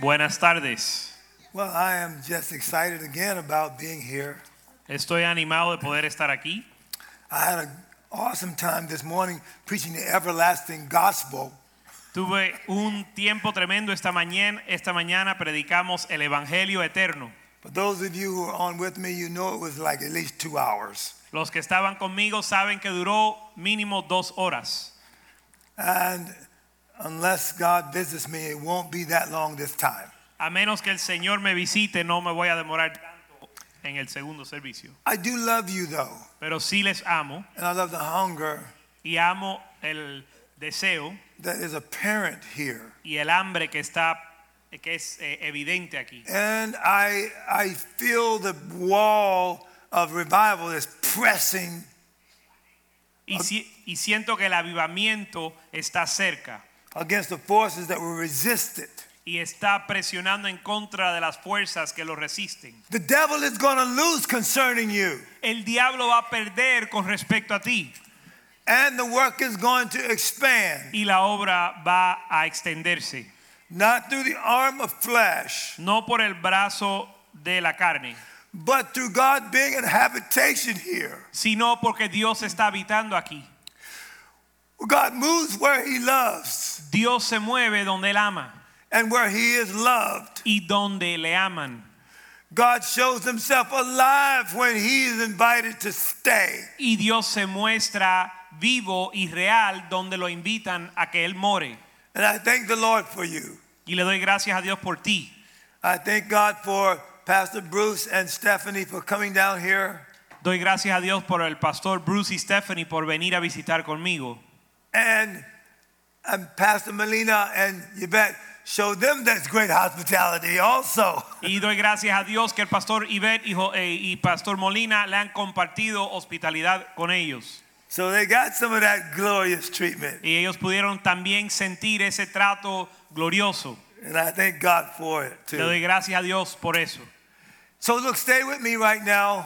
Buenas tardes. Well, I am just excited again about being here. Estoy animado de poder estar aquí. I had an awesome time this morning preaching the everlasting gospel, Tuve un tiempo tremendo esta mañana. Esta mañana predicamos el Evangelio eterno. but those of you who are on with me, you know it was like at least two hours. Los que estaban conmigo saben que duró mínimo dos horas. And unless God visits me, it won't be that long this time. A menos que el Señor me visite, no me voy a demorar tanto en el segundo servicio. I do love you though, Pero sí les amo and I love the hunger y amo el deseo that is apparent here. y el hambre que está que es eh, evidente aquí. And I, I feel the wall of revival is pressing Y, si- y siento que el avivamiento está cerca. against the forces that will resist it. y está presionando en contra de las fuerzas que lo resisten. The devil is going to lose concerning you, El diablo va a perder con respecto a ti and the work is going to expand, y la obra va a extenderse, not through the arm of flesh, no por el brazo de la carne, but through God being in habitation here. sino porque Dios está habitando aquí. God moves where he loves Dios se mueve donde él ama and where he is loved. y donde le aman. God shows himself alive when he is invited to stay. Y Dios se muestra vivo y real donde lo invitan a que él more. And I thank the Lord for you. Y le doy gracias a Dios por ti. I thank God for Pastor Bruce and Stephanie for coming down here Doy gracias a Dios por el pastor Bruce y Stephanie por venir a visitar conmigo. and and Pastor Melina and Yvette show them that's great hospitality also. Y doy gracias a Dios que el pastor Ivette y, Jo- eh, y pastor Molina le han compartido hospitalidad con ellos. So they got some of that glorious treatment, Y ellos pudieron también sentir ese trato glorioso. and I thank God for it Le doy too. gracias a Dios por eso. So look, stay with me right now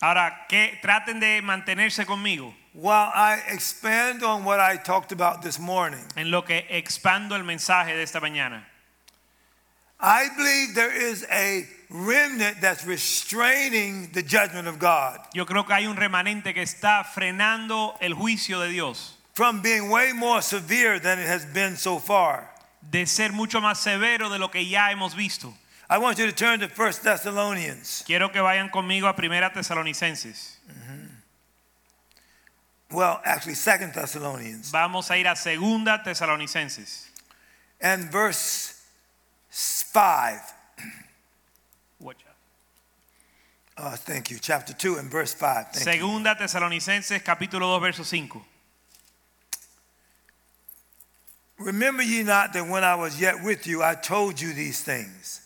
Ahora, que traten de mantenerse conmigo while I expand on what I talked about this morning. en lo que expando el mensaje de esta mañana. I believe there is a remnant that's restraining the judgment of God Yo creo que hay un remanente que está frenando el juicio de Dios from being way more severe than it has been so far. de ser mucho más severo de lo que ya hemos visto. I want you to turn to 1 Thessalonians. Quiero que vayan conmigo a Primera Tesalonicenses. Well, actually 2 Thessalonians. Vamos a ir a Segunda Tesalonicenses. and verse 5. Uh, thank you. Chapter 2 and verse 5. Thank you. Segunda Tesalonicenses capítulo 2 verso 5. Remember ye not that when I was yet with you, I told you these things.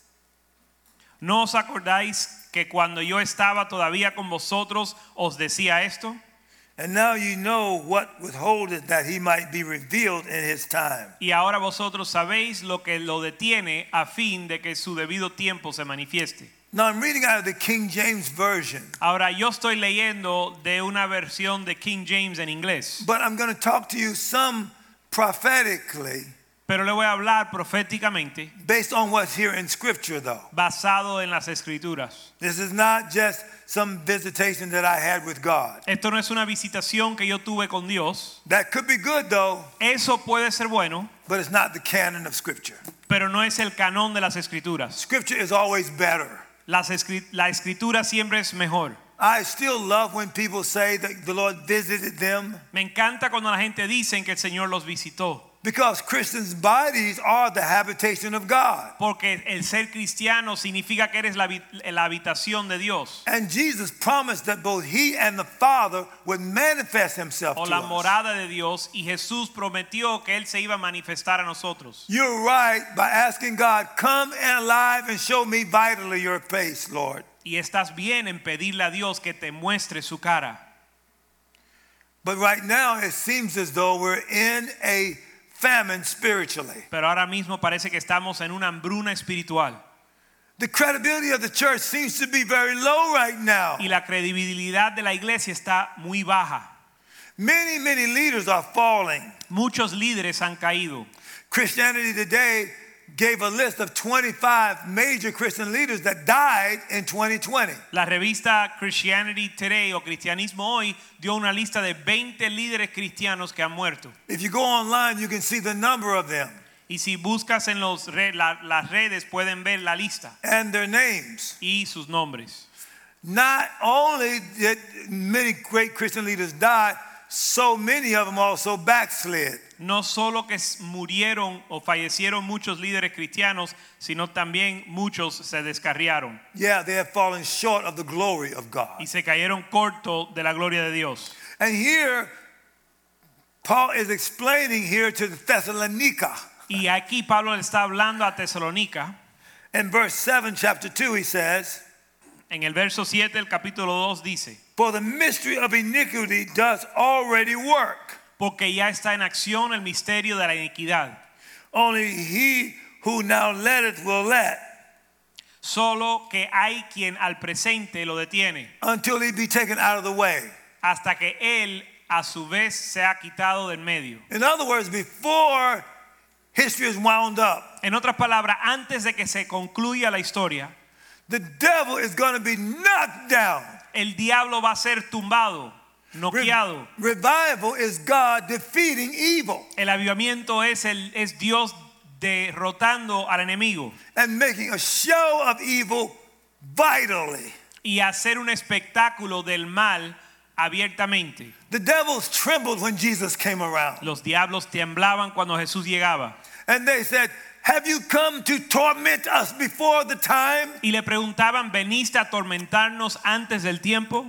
¿No os acordáis que cuando yo estaba todavía con vosotros os decía esto? And now you know what withholdeth that he might be revealed in his time. Y ahora vosotros sabéis lo que lo detiene a fin de que su debido tiempo se manifieste. Now I'm reading out of the King James Version, Ahora yo estoy leyendo de una versión de King James en inglés, but I'm going to talk to you some prophetically pero le voy a hablar proféticamente based on what's here in Scripture, though. basado en las escrituras. This is not just some visitation that I had with God. Esto no es una visitación que yo tuve con Dios, That could be good, though, Eso puede ser bueno, but it's not the canon of Scripture. pero no es el canon de las escrituras. Scripture is always better. Las escri- la escritura siempre es mejor. I still love when people say that the Lord visited them, Me encanta cuando la gente dice que el Señor los visitó, Because Christians' bodies are the habitation of God. Porque el ser cristiano significa que eres la, habi- la habitación de Dios. And Jesus promised that both he and the Father would manifest himself O to la us. morada de Dios. Y Jesús prometió que Él se iba a manifestar a nosotros. You're right by asking God, come and alive and show me vitally your face, Lord. Y estás bien en pedirle a Dios que te muestre su cara. But right now it seems as though we're in a famine spiritually. Pero ahora mismo parece que estamos en una hambruna espiritual. The credibility of the church seems to be very low right now. Y la credibilidad de la iglesia está muy baja. Many, many leaders are falling. Muchos líderes han caído. Christianity Today gave a list of 25 major Christian leaders that died in 2020. La revista Christianity Today o Cristianismo Hoy dio una lista de 20 líderes cristianos que han muerto. If you go online, you can see the number of them Y si buscas en los re- la- las redes pueden ver la lista and their names. y sus nombres. Not only did many great Christian leaders die, so many of them also backslid. No solo que s- murieron o fallecieron muchos líderes cristianos, sino también muchos se descarriaron Yeah, they have fallen short of the glory of God. y se cayeron corto de la gloria de Dios. And here, Paul is explaining here to the Thessalonica. Y aquí Pablo le está hablando a Tesalónica In verse 7, chapter 2, he says, en el verso 7 del capítulo 2 dice, For the mystery of iniquity does already work. porque ya está en acción el misterio de la iniquidad. Only he who now letteth will let Solo que hay quien al presente lo detiene until he be taken out of the way. hasta que él a su vez se ha quitado del medio. In other words, before history is wound up, En otras palabras, antes de que se concluya la historia, the devil is going to be knocked down. el diablo va a ser tumbado, Re- noqueado. revival is God defeating evil El avivamiento es, el, es Dios derrotando al enemigo and making a show of evil vitally. y hacer un espectáculo del mal abiertamente. The devils trembled when Jesus came around, Los diablos temblaban cuando Jesús llegaba and they said, Have you come to torment us before the time? y le preguntaban, ¿veniste a atormentarnos antes del tiempo?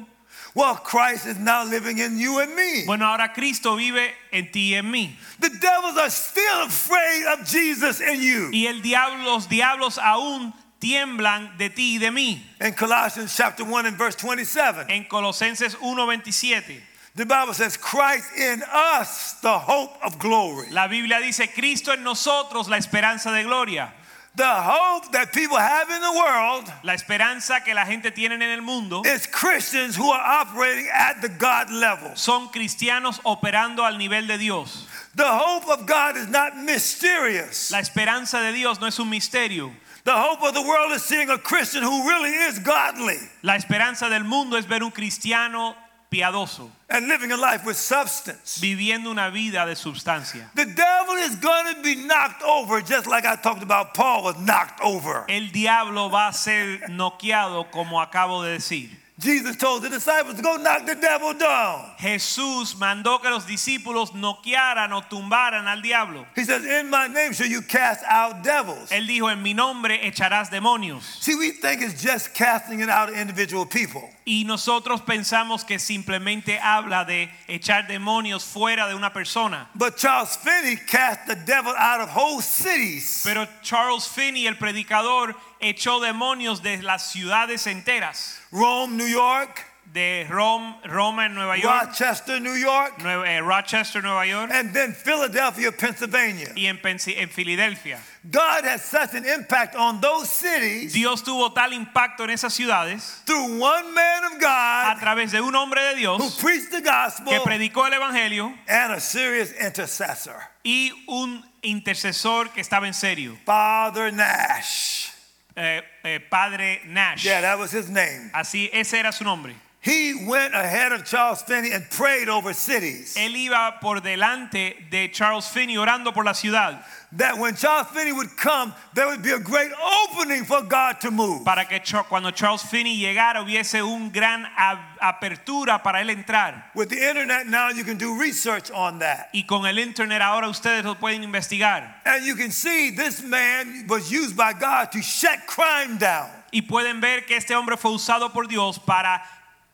Well, Christ is now living in you and me. Bueno, ahora Cristo vive en ti y en mí. The devils are still afraid of Jesus in you. Y el diablo, los diablos aún tiemblan de ti y de mí. In Colossians chapter 1 and verse 27, En Colosenses 1:27, the Bible says, Christ in us, the hope of glory. la Biblia dice, Cristo en nosotros la esperanza de gloria. The hope that people have in the world La esperanza que la gente tiene en el mundo is Christians who are operating at the God level. son cristianos operando al nivel de Dios. The hope of God is not mysterious. La esperanza de Dios no es un misterio. The hope of the world is seeing a Christian who really is godly La esperanza del mundo es ver un cristiano piadoso and living a life with substance. viviendo una vida de sustancia. The devil is going to be knocked over, just like I talked about Paul was knocked over. El diablo va a ser noqueado como acabo de decir. Jesus told the disciples to go knock the devil down. Jesús mandó que los discípulos noquearan o tumbaran al diablo. He says, In my name shall you cast out devils. Él dijo, en mi nombre echarás demonios. See, we think it's just casting it out of individual people. Y nosotros pensamos que simplemente habla de echar demonios fuera de una persona. But Charles Finney cast the devil out of whole cities. Pero Charles Finney, el predicador, echó demonios de las ciudades enteras. Rome, New York, De Rom- Roma en Nueva York, Rochester, New York, Nueva- eh, Rochester, Nueva York and then Philadelphia, Pennsylvania. y en, Pensi- en Filadelfia. God has such an impact on those cities Dios tuvo tal impacto en esas ciudades through one man of a God través de un hombre de who Dios preached the gospel que predicó el Evangelio and a serious intercessor, y un intercesor que estaba en serio, Father Nash. eh, eh, Padre Nash. Yeah, that was his name. Así, ese era su nombre. He went ahead of Charles Finney and prayed over cities. Él iba por delante de Charles Finney orando por la ciudad That when Charles Finney would come, there would be a great opening for God to move. para que Cha- cuando Charles Finney llegara hubiese un gran ab- apertura para él entrar. With the internet now, you can do research on that. Y con el internet ahora ustedes lo pueden investigar And you can see this man was used by God to shut crime down. y pueden ver que este hombre fue usado por Dios para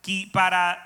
qui- para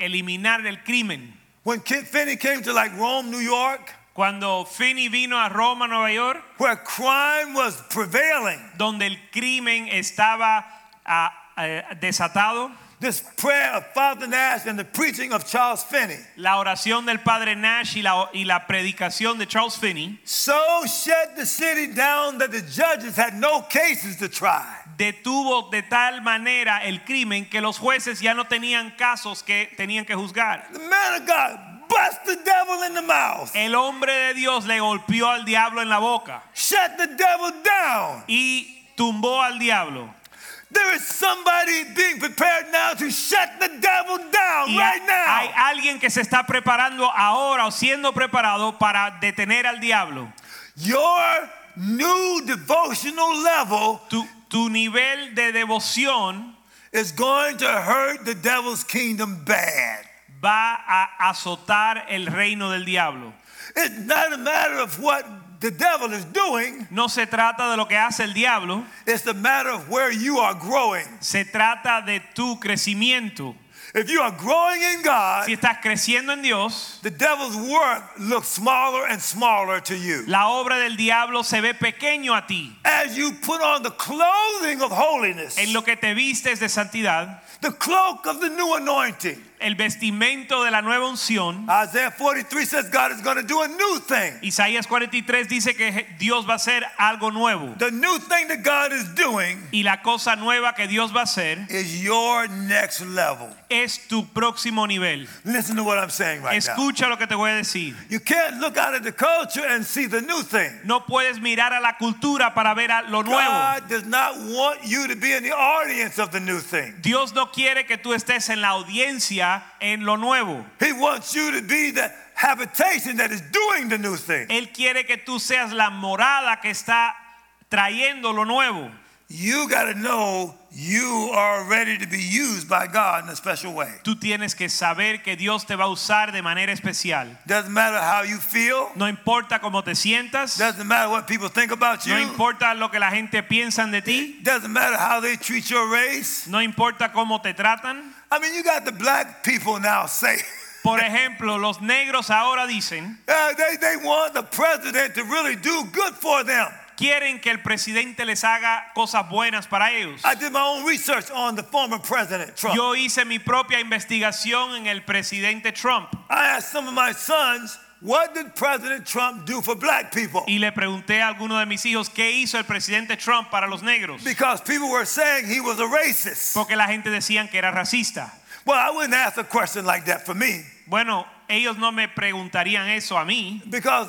eliminar el crimen. When Kid Finney came to like Rome, New York, Cuando Finney vino a Roma, Nueva York, where crime was prevailing, donde el crimen estaba ah, eh, desatado, this prayer of Father Nash and the preaching of Charles Finney la oración del padre Nash y la, y la predicación de Charles Finney so shut the city down that the judges had no cases to try. detuvo de tal manera el crimen que los jueces ya no tenían casos que tenían que juzgar. The man of God bust the devil in the mouth, El hombre de Dios le golpeó al diablo en la boca shut the devil down. y tumbó al diablo. There is somebody being prepared now to shut the devil down Y right hay now. alguien que se está preparando ahora o siendo preparado para detener al diablo. Your new devotional level Tu, tu nivel de devoción is going to hurt the devil's kingdom bad. va a azotar el reino del diablo. It's not a matter of what the devil is doing, No se trata de lo que hace el diablo, it's a matter of where you are growing. se trata de tu crecimiento. If you are growing in God, Si estás creciendo en Dios, the devil's work looks smaller and smaller to you. la obra del diablo se ve pequeño a ti. As you put on the clothing of holiness, En lo que te vistes de santidad, the cloak of the new anointing. el vestimento de la nueva unción, Isaiah 43 says God is going to do a new thing. Isaías 43 dice que Je- Dios va a hacer algo nuevo. The new thing that God is doing Y la cosa nueva que Dios va a hacer is your next level. es tu próximo nivel. Listen to what I'm saying right now. Escucha lo que te voy a decir. You can't look out at the culture and see the new thing. No puedes mirar a la cultura para ver a lo nuevo. God does not want you to be in the audience of the new thing. Dios no quiere que tú estés en la audiencia en lo nuevo. He wants you to be the habitation that is doing the new thing. Él quiere que tú seas la morada que está trayendo lo nuevo. You got to know you are ready to be used by God in a special way. Tú tienes que saber que Dios te va a usar de manera especial. Doesn't matter how you feel. No importa cómo te sientas, Doesn't matter what people think about you. no importa lo que la gente piensa de ti, Doesn't matter how they treat your race. no importa cómo te tratan. I mean, you got the black people now say Por ejemplo, los negros ahora dicen, uh, they, they want the president to really do good for them. quieren que el presidente les haga cosas buenas para ellos. I did my own research on the former president, Trump. Yo hice mi propia investigación en el presidente Trump I asked some of my sons, what did President Trump do for black people? y le pregunté a alguno de mis hijos qué hizo el presidente Trump para los negros. Because people were saying he was a racist. Porque la gente decían que era racista. Well, I wouldn't ask a question like that for me Bueno, ellos no me preguntarían eso a mí, because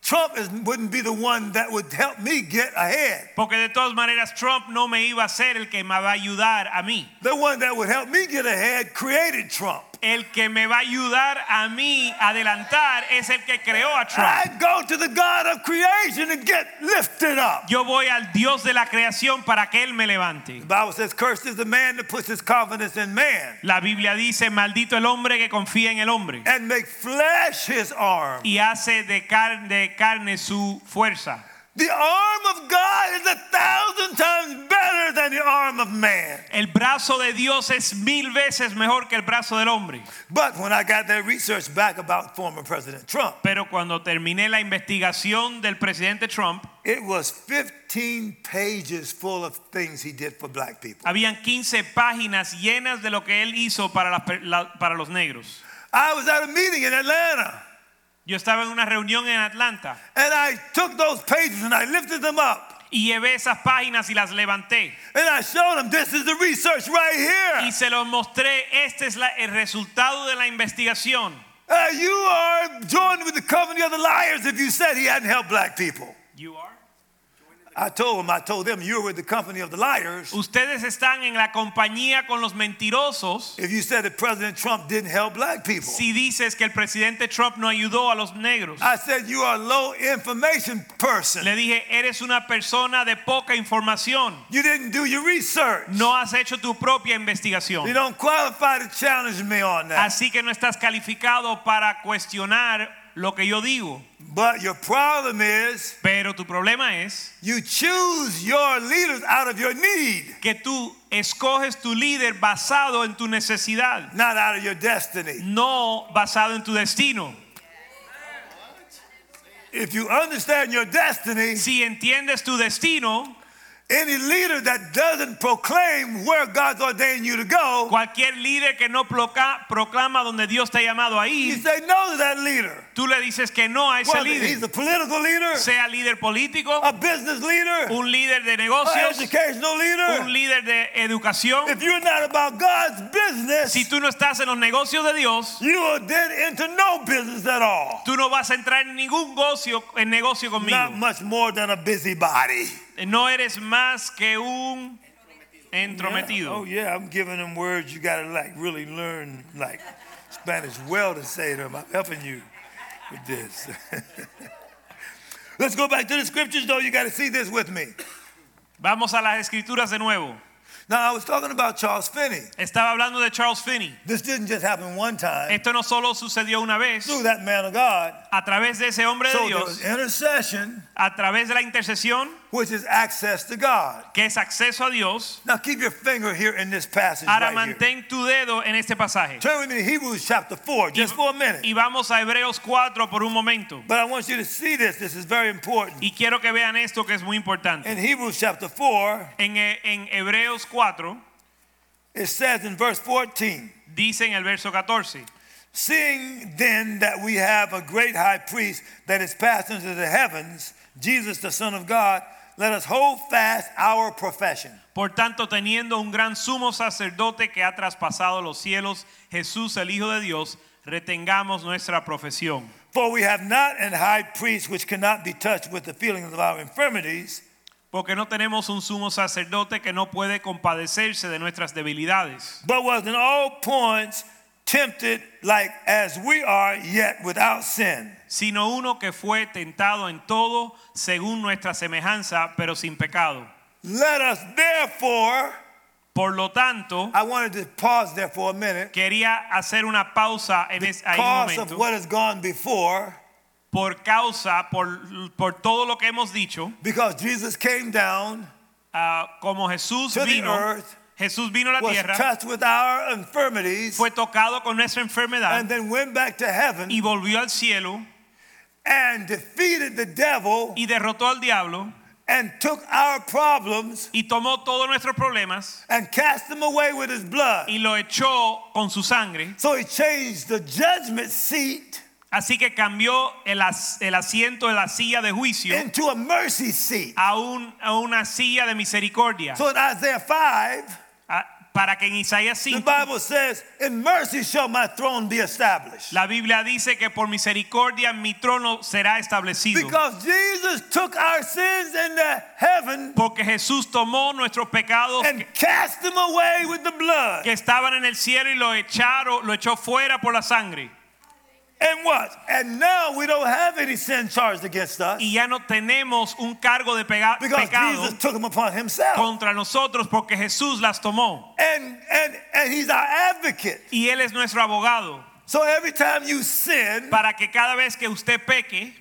Trump is, wouldn't be the one that would help me get ahead. porque de todas maneras Trump no me iba a ser el que me va a ayudar a mí. The one that would help me get ahead created Trump. El que me va a ayudar a mí a adelantar es el que creó a Trump. I go to the God of creation and get lifted up. Yo voy al Dios de la creación para que Él me levante. The Bible says, Cursed is the man that puts his confidence in man La Biblia dice, maldito el hombre que confía en el hombre and make flesh his arm. y hace de, car- de carne su fuerza. The arm of God is a thousand times better than the arm of man. El brazo de Dios es mil veces mejor que el brazo del hombre. But when I got that research back about former President Trump, Pero cuando terminé la investigación del presidente Trump, it was 15 pages full of things he did for black people. Habían 15 páginas llenas de lo que él hizo para, las per- la- para los negros. I was at a meeting in Atlanta Yo estaba en una reunión en Atlanta and I took those pages and I lifted them up y llevé esas páginas y las levanté and I showed them this is the research right here. y se los mostré. Este es la- el resultado de la investigación. Uh, you are joined with the company of the liars if you said he hadn't helped black people. You are? I told them, I told them, you're with the company of the liars. Ustedes están en la compañía con los mentirosos. If you said that President Trump didn't help black people, Si dices que el presidente Trump no ayudó a los negros, I said you are a low information person. le dije, eres una persona de poca información. You didn't do your research. No has hecho tu propia You investigación. don't qualify to challenge me on that. Así que no estás calificado para cuestionar lo que yo digo. But your problem is Pero tu problema es you choose your leaders out of your need, que tú escoges tu líder basado en tu necesidad, not out of your destiny. no basado en tu destino. If you understand your destiny, Si entiendes tu destino, any leader that doesn't proclaim where God's ordained you to go, cualquier líder que no proca- proclama donde Dios te ha llamado you ahí, say no to that leader. tú le dices que no a ese Whether he's líder, a political leader, sea líder político, a Oh, business leader, un líder de an negocios, educational un leader. líder de educación. If you're not about God's business, Si tú no estás en los negocios de Dios, you are dead into no business at all. tú no vas a entrar en ningún negocio, en negocio Not conmigo. much more than a busybody. No eres más que un entrometido. Oh yeah, I'm giving them words you gotta like really learn like Spanish well to say them. I'm helping you with this. Let's go back to the scriptures though. You gotta see this with me. Vamos a las escrituras de nuevo. Now I was talking about Charles Finney. Estaba hablando de Charles Finney. This didn't just happen one time. Esto no solo sucedió una vez Through that man of God. a través de ese hombre de So there was Dios, intercession, a través de la intercesión, which is access to God. que es acceso a Dios. Now keep your finger here in this passage. Ahora right here. mantén tu dedo en este pasaje. Turn with me to Hebrews chapter 4, just for a minute. Y vamos a Hebreos 4 por un momento. But I want you to see this. This is very important. Y quiero que vean esto que es muy In importante. Hebrews chapter 4, En, eh, en Hebreos 4 it says in verse 14, dice en el verso 14, Seeing then that we have a great high priest that is passed into the heavens, Jesus the Son of God, let us hold fast our profession. por tanto teniendo un gran sumo sacerdote que ha traspasado los cielos, Jesús el Hijo de Dios, retengamos nuestra profesión. For we have not an high priest which cannot be touched with the feelings of our infirmities, Porque no tenemos un sumo sacerdote que no puede compadecerse de nuestras debilidades, but was in all points tempted like as we are, yet without sin. sino uno que fue tentado en todo según nuestra semejanza, pero sin pecado. Let us therefore, Por lo tanto, I wanted to pause there for a minute. quería hacer una pausa en es- ahí un because of momento. what has gone before, Por causa, por, por todo lo que hemos dicho, because Jesus came down, ah, como Jesús To the vino, earth, Jesús vino a la was tierra, touched with our infirmities, fue tocado con nuestra enfermedad and then went back to heaven y volvió al cielo and defeated the devil y derrotó al diablo and took our problems y tomó todos nuestros problemas. and cast them away with his blood. y lo echó con su sangre. So he changed the judgment seat Así que cambió el, as- el asiento de la silla de juicio into a mercy seat. a, un- a una silla de misericordia. So in Isaiah 5, Ah, para que en Isaías the 5 Bible says, In mercy shall my throne be established. la Biblia dice que por misericordia mi trono será establecido. Because Jesus took our sins into heaven Porque Jesús tomó nuestros pecados and cast them away with the blood. que estaban en el cielo y lo echaron, lo echó fuera por la sangre. And what? And now we don't have any sin charged against us Y ya no tenemos un cargo de pega- because pecado Jesus took them upon himself. contra nosotros porque Jesús las tomó. And, and, and he's our advocate. Y Él es nuestro abogado. So every time you sin, para que cada vez que usted peque,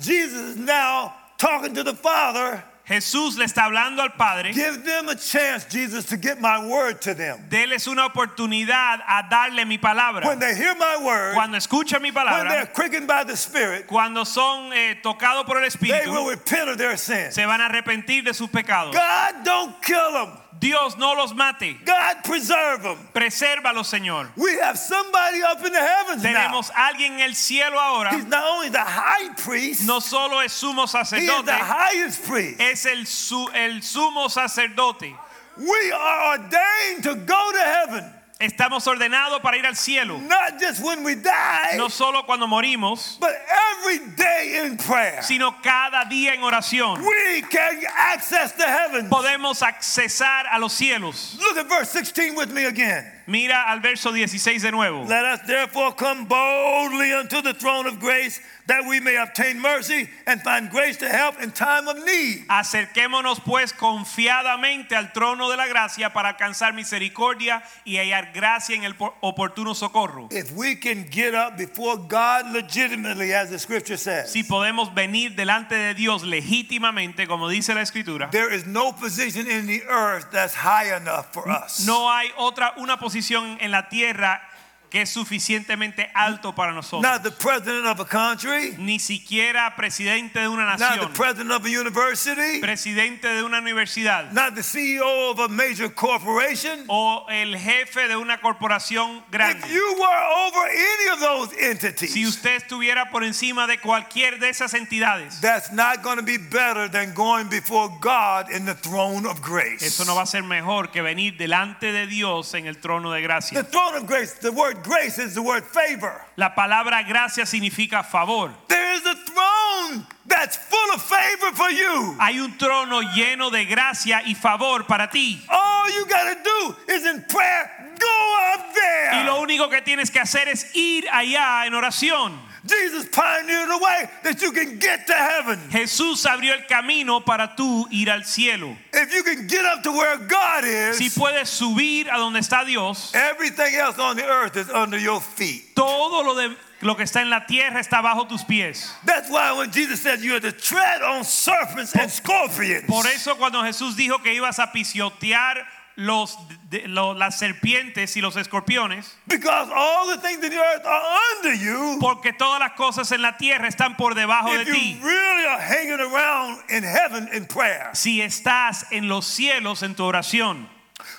Jesus is now talking to the Father. Jesús le está hablando al Padre, Give them a chance, Jesus, to get my word to them. déles una oportunidad a darle mi palabra. When they hear my word, Cuando escuchan mi when they're palabra, quickened by the Spirit, cuando son eh, tocados por el they will Espíritu, repent of their sins. se van a arrepentir de sus pecados. God, don't kill them. Dios no los mate, God, preserve them. presérvalos, Señor. We have somebody up in the heavens now. Tenemos a alguien en el cielo ahora, He's not only the high priest, no solo es sumo he is the sacerdote, highest priest. es el, su- el sumo sacerdote. We are ordained to go to heaven. Estamos ordenados para ir al cielo. Not just when we die, No solo cuando morimos, but every day in prayer. sino cada día en oración. We can access the heavens. Podemos accesar a los cielos. Look at verse 16 with me again. Mira al verso 16 de nuevo. Let us therefore come boldly unto the throne of grace that we may obtain mercy and find grace to help in time of need. Acerquémonos pues confiadamente al trono de la gracia para alcanzar misericordia y hallar gracia en el por- oportuno socorro. If we can get up before God legitimately, as the scripture says, Si podemos venir delante de Dios legítimamente, como dice la escritura, there is no position in the earth that's high enough for us. no hay otra una posición en la tierra que es suficientemente alto para nosotros. Not the president of a country, Ni siquiera presidente de una not the nación, president of a university, presidente de una universidad not the CEO of a major corporation. o el jefe de una corporación If Oh, grande. you were over any of those Si entities, usted estuviera por encima de cualquier de esas entidades, that's not going to be better than going before God in the throne of grace. Eso no va a ser mejor que venir delante de Dios en el trono de The gracia. throne of grace, the word grace is the word favor. La palabra gracia significa favor. There is a throne that's full of favor for you. Hay un trono lleno de gracia y favor para ti. All you got to do is in prayer, go up Y lo there. único que tienes que hacer es ir allá en oración. Jesus pioneered a way that you can get to heaven. Jesús abrió el camino para tú ir al cielo. If you can get up to where God Si is, puedes subir a donde está Dios, everything else on the earth is under your feet. todo lo, de, lo que está en la tierra está bajo tus pies. That's why when Jesus said you had to tread on serpents and scorpions, Por eso cuando Jesús dijo que ibas a pisotear los, de- lo- las serpientes y los escorpiones, because all the things in the earth are under you, Porque todas las cosas en la tierra están por debajo de if ti. you really are hanging around in heaven in prayer, Si estás en los cielos en tu oración,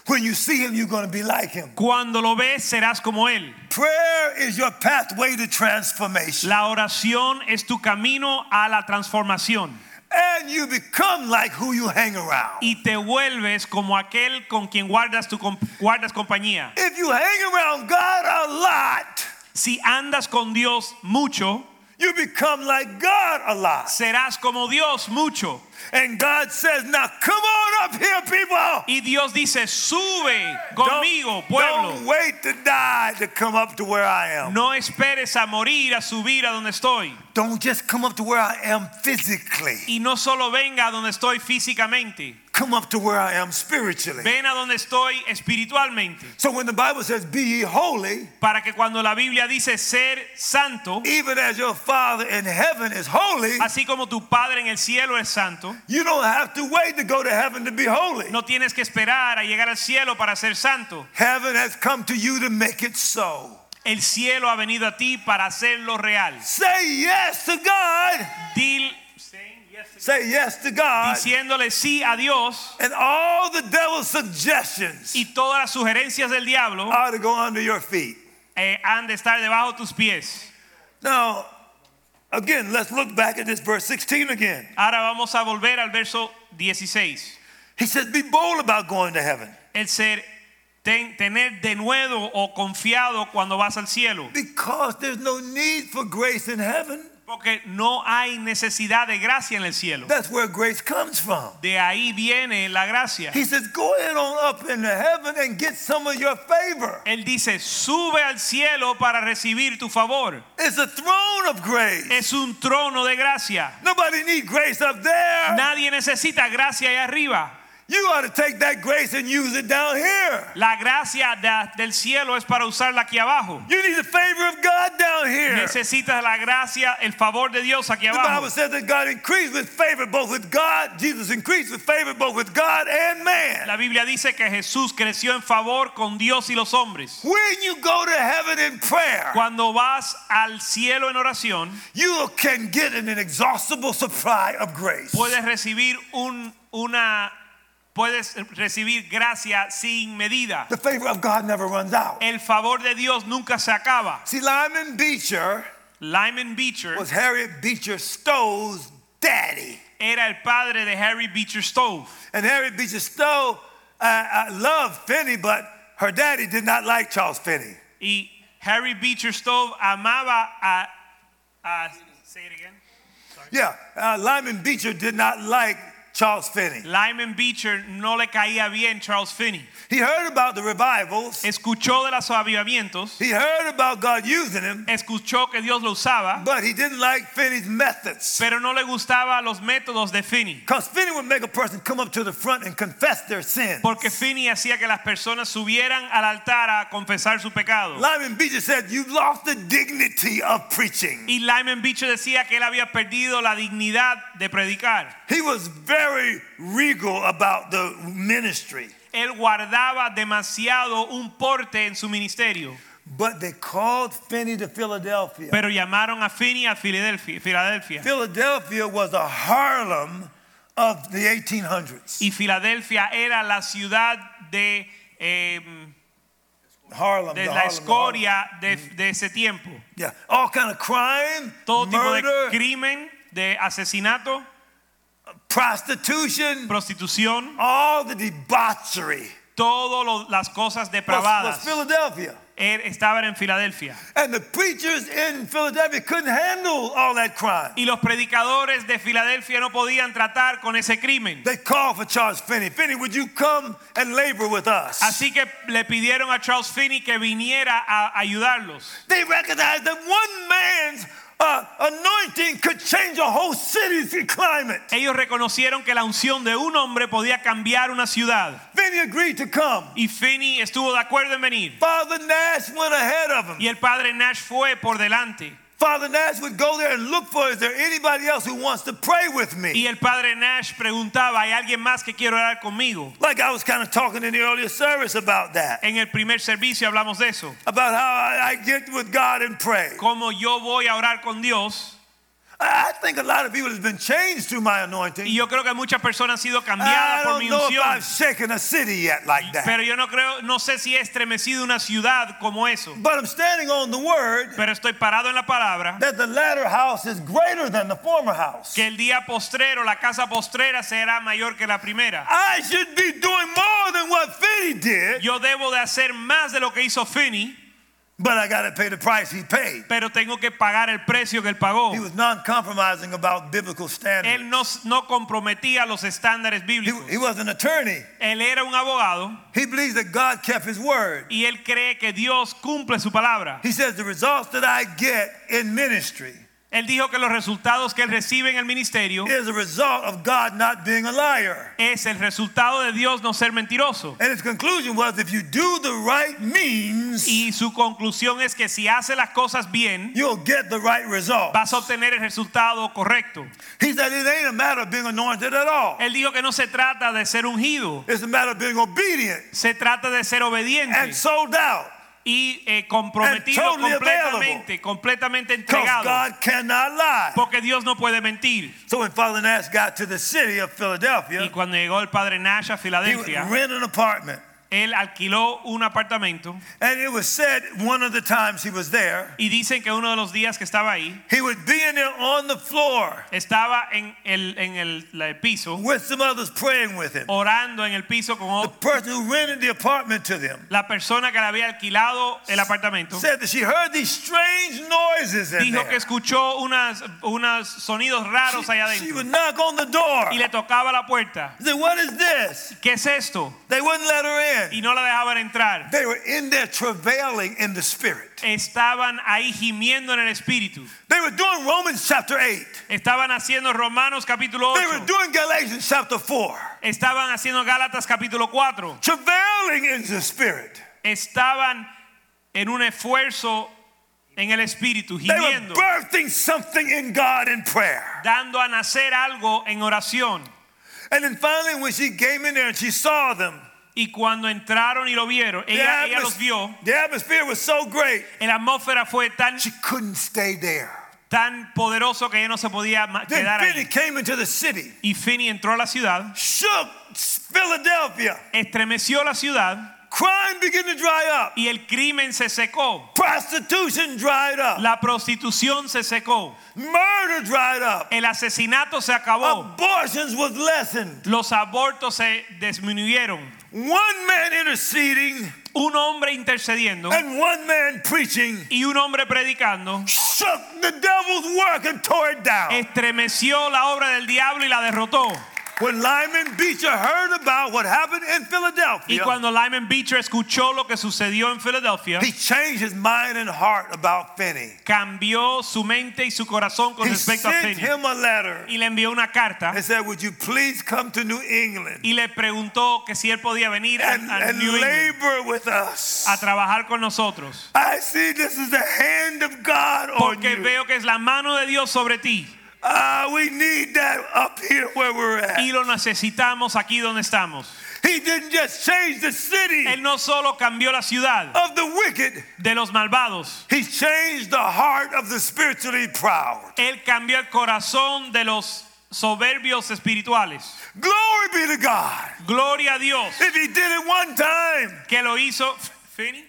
when you see him, you're going to be like him. cuando lo ves serás como Él. Prayer is your pathway to transformation, La oración es tu camino a la transformación and you become like who you hang around. y te vuelves como aquel con quien guardas, tu comp- guardas compañía. If you hang around God a lot, Si andas con Dios mucho, you become like God a lot. serás como Dios mucho. And God says, Now come on up here, people. Y Dios dice, sube conmigo, don't, don't pueblo. wait to die to come up to where I am. No esperes a morir, a subir a donde estoy. Don't just come up to where I am physically. y no solo venga a donde estoy físicamente, Come up to where I am spiritually. ven a donde estoy espiritualmente. So when the Bible says, Be ye holy, Para que cuando la Biblia dice ser santo, even as your Father in heaven is holy, así como tu Padre en el cielo es santo, you don't have to wait to go to heaven to be holy. no tienes que esperar a llegar al cielo para ser santo. Heaven has come to you to make it so. El cielo ha venido a ti para hacerlo real. Say yes to God. Dil- Say yes to God. diciéndole sí a Dios And all the devil's suggestions y todas las sugerencias del diablo are to go under your feet. eh, han de estar debajo de tus pies. Now, again, let's look back at this verse 16 again. Ahora vamos a volver al verso 16. He says, Be bold about going to heaven. el ser ten- tener de nuevo o confiado cuando vas al cielo, Because there's no need for grace in heaven. porque no hay necesidad de gracia en el cielo. That's where grace comes from. De ahí viene la gracia. He says, Go in on up into heaven and get some of your favor. Él dice, sube al cielo para recibir tu favor. It's a throne of grace. Es un trono de gracia. Nobody need grace up there. Nadie necesita gracia allá arriba. You ought to take that grace and use it down here. La gracia da- del cielo es para usarla aquí abajo. You need the favor of God down here. Necesitas la gracia, el favor de Dios aquí The Bible abajo. says that God increased with favor both with God, Jesus increased with favor both with God and man. La Biblia dice que Jesús creció en favor con Dios y los hombres. When you go to heaven in prayer, Cuando vas al cielo en oración, you can get an inexhaustible supply of grace. puedes recibir un una puedes recibir gracia sin medida. The favor of God never runs out. El favor de Dios nunca se acaba. See, Lyman Beecher Lyman Beecher was Harriet Beecher Stowe's daddy. era el padre de Harry Beecher Stowe And Harriet Beecher Stowe uh, uh, loved Finney, but Her daddy did not like Charles Finney. Y Harry Beecher Stowe amaba a... a- say it again. Yeah, uh, Lyman Beecher did not like Charles Finney. Lyman Beecher no le caía bien Charles Finney. He heard about the revivals. Escuchó de los avivamientos. He heard about God using him, Escuchó que Dios lo usaba. but he didn't like Finney's methods. Pero no le gustaban los métodos de Finney. Because Finney would make a person come up to the front and confess their sin. Porque Finney hacía que las personas subieran al altar a confesar su pecado. Lyman Beecher said, You've lost the dignity of preaching. Y Lyman Beecher decía que él había perdido la dignidad de predicar. He was very regal about the ministry, Él guardaba demasiado un porte en su ministerio. but they called Finney to Philadelphia. Pero llamaron a Finney a Filadelfia. Filadelfia. Philadelphia was a Harlem of the 1800s. Y Filadelfia era la ciudad de, eh, Harlem, de the Harlem, the la Harlem. escoria de, de ese tiempo. Yeah, all kind of crime, Todo tipo de murder, crimen, de asesinato, prostitution, prostitución, all the debauchery todas las cosas was, was depravadas. Philadelphia. Él estaba en Filadelfia. And the preachers in Philadelphia couldn't handle all that crime. Y los predicadores de Filadelfia no podían tratar con ese crimen. They called for Charles Finney. Finney, would you come and labor with us? Así que le pidieron a Charles Finney que viniera a ayudarlos. They recognized that one man's uh, anointing could change a whole city's climate. Ellos reconocieron que la unción de un hombre podía cambiar una ciudad. Finney agreed to come. Y Finney estuvo de acuerdo en venir. Father Nash went ahead of him. Y el padre Nash fue por delante. Father Nash would go there and look for is there anybody else who wants to pray with me? Y el padre Nash preguntaba, ¿hay alguien más que quiera orar conmigo? Like I was kind of talking in the earlier service about that, En el primer servicio hablamos de eso. about how I, I get with God and pray. Como yo voy a orar con Dios. I I think a lot of people have been changed through my Y anointing. yo creo que muchas personas han sido I cambiadas por don't mi know if unción. I've shaken a city yet like that. Pero yo no creo, no sé si he estremecido una ciudad como eso. But I'm standing on the word Pero estoy parado en la palabra that the latter house is greater than the former house. que el día postrero, la casa postrera será mayor que la primera. I should be doing more than what Finney did, Yo debo de hacer más de lo que hizo Finney, but I got to pay the price he paid. pero tengo que pagar el precio que él pagó. He was non-compromising about biblical standards. Él no, no comprometía los estándares He, bíblicos. he was an attorney. Él era un abogado He believes that God kept his word. y él cree que Dios cumple su palabra. He says the results that I get in ministry Él dijo que los resultados que él recibe en el ministerio is a result of God not being a liar. es el resultado de Dios no ser mentiroso. And his conclusion was if you do the right means, Y su conclusión es que si hace las cosas bien, you'll get the right result. vas a obtener el resultado correcto. He said it ain't a matter of being anointed at all. Él dijo que no se trata de ser ungido, It's a matter of being obedient se trata de ser obediente and sold out. y eh, comprometido and totally completamente, completamente Because entregado, God cannot lie. porque Dios no puede mentir. So when Father Nash got to the city of Y Philadelphia, cuando llegó el padre Nash a he would Filadelfia, rent an apartment. él alquiló un apartamento And it was said one of the times he was there, y dicen que uno de los días que estaba ahí, he would be in there on the floor estaba en el, en el, la- el piso, with some others praying with Oh. him. orando en el piso con The o- person who rented the apartment to them la persona que le había alquilado el apartamento. said that she heard these strange noises in Dijo que there. escuchó unas, unos sonidos raros allá She, she adentro would knock on the door. y le tocaba la puerta. She said, what is this? ¿Qué es esto? They wouldn't let her Y in. no la dejaban entrar. They were in there travailing in the spirit. Estaban ahí gimiendo en el espíritu. They were doing Romans chapter 8. Estaban haciendo Romanos capítulo They were 8. doing Galatians chapter 4. Estaban haciendo Gálatas capítulo 4. Travailing in the spirit. Estaban en un esfuerzo en el espíritu, They were gimiendo, birthing something in God in prayer. dando a nacer algo en oración. And then finally, when she came in there and she saw them, Y cuando entraron y lo vieron, the, ella, ella atmos- los vio. the atmosphere was so great, La atmósfera fue tan she couldn't stay there. tan poderoso que ella no se podía ma- Then quedar Finney ahí. came into the city, Y Finney entró a la ciudad, shook Philadelphia, estremeció la ciudad, Crime began to dry up. y el crimen se secó. Prostitution dried up. La prostitución se secó. Murder dried up. El asesinato se acabó. Abortions was lessened. Los abortos se disminuyeron. One man interceding Un hombre intercediendo and one man preaching y un hombre predicando shook the devil's work and tore it down. estremeció la obra del diablo y la derrotó. When Lyman Beecher heard about what happened in Y Philadelphia, cuando Lyman Beecher escuchó lo que sucedió en Filadelfia, he changed his mind and heart about Finney. cambió su mente y su corazón con He respecto a sent Finney him a letter y le envió una carta and said, Would you please come to New England y le preguntó que si él podía venir a, and, a and New England labor with us? a trabajar con nosotros. I see this is the hand of God on Porque you. veo que es la mano de Dios sobre ti Ah, we need that up here where we're y at. lo necesitamos aquí donde estamos. He didn't just change the city Él no solo cambió la ciudad of the wicked, de los malvados, he changed the heart of the spiritually proud. él cambió el corazón de los soberbios espirituales. Glory be to God. Gloria a Dios If he did it one time, que lo hizo. Finney.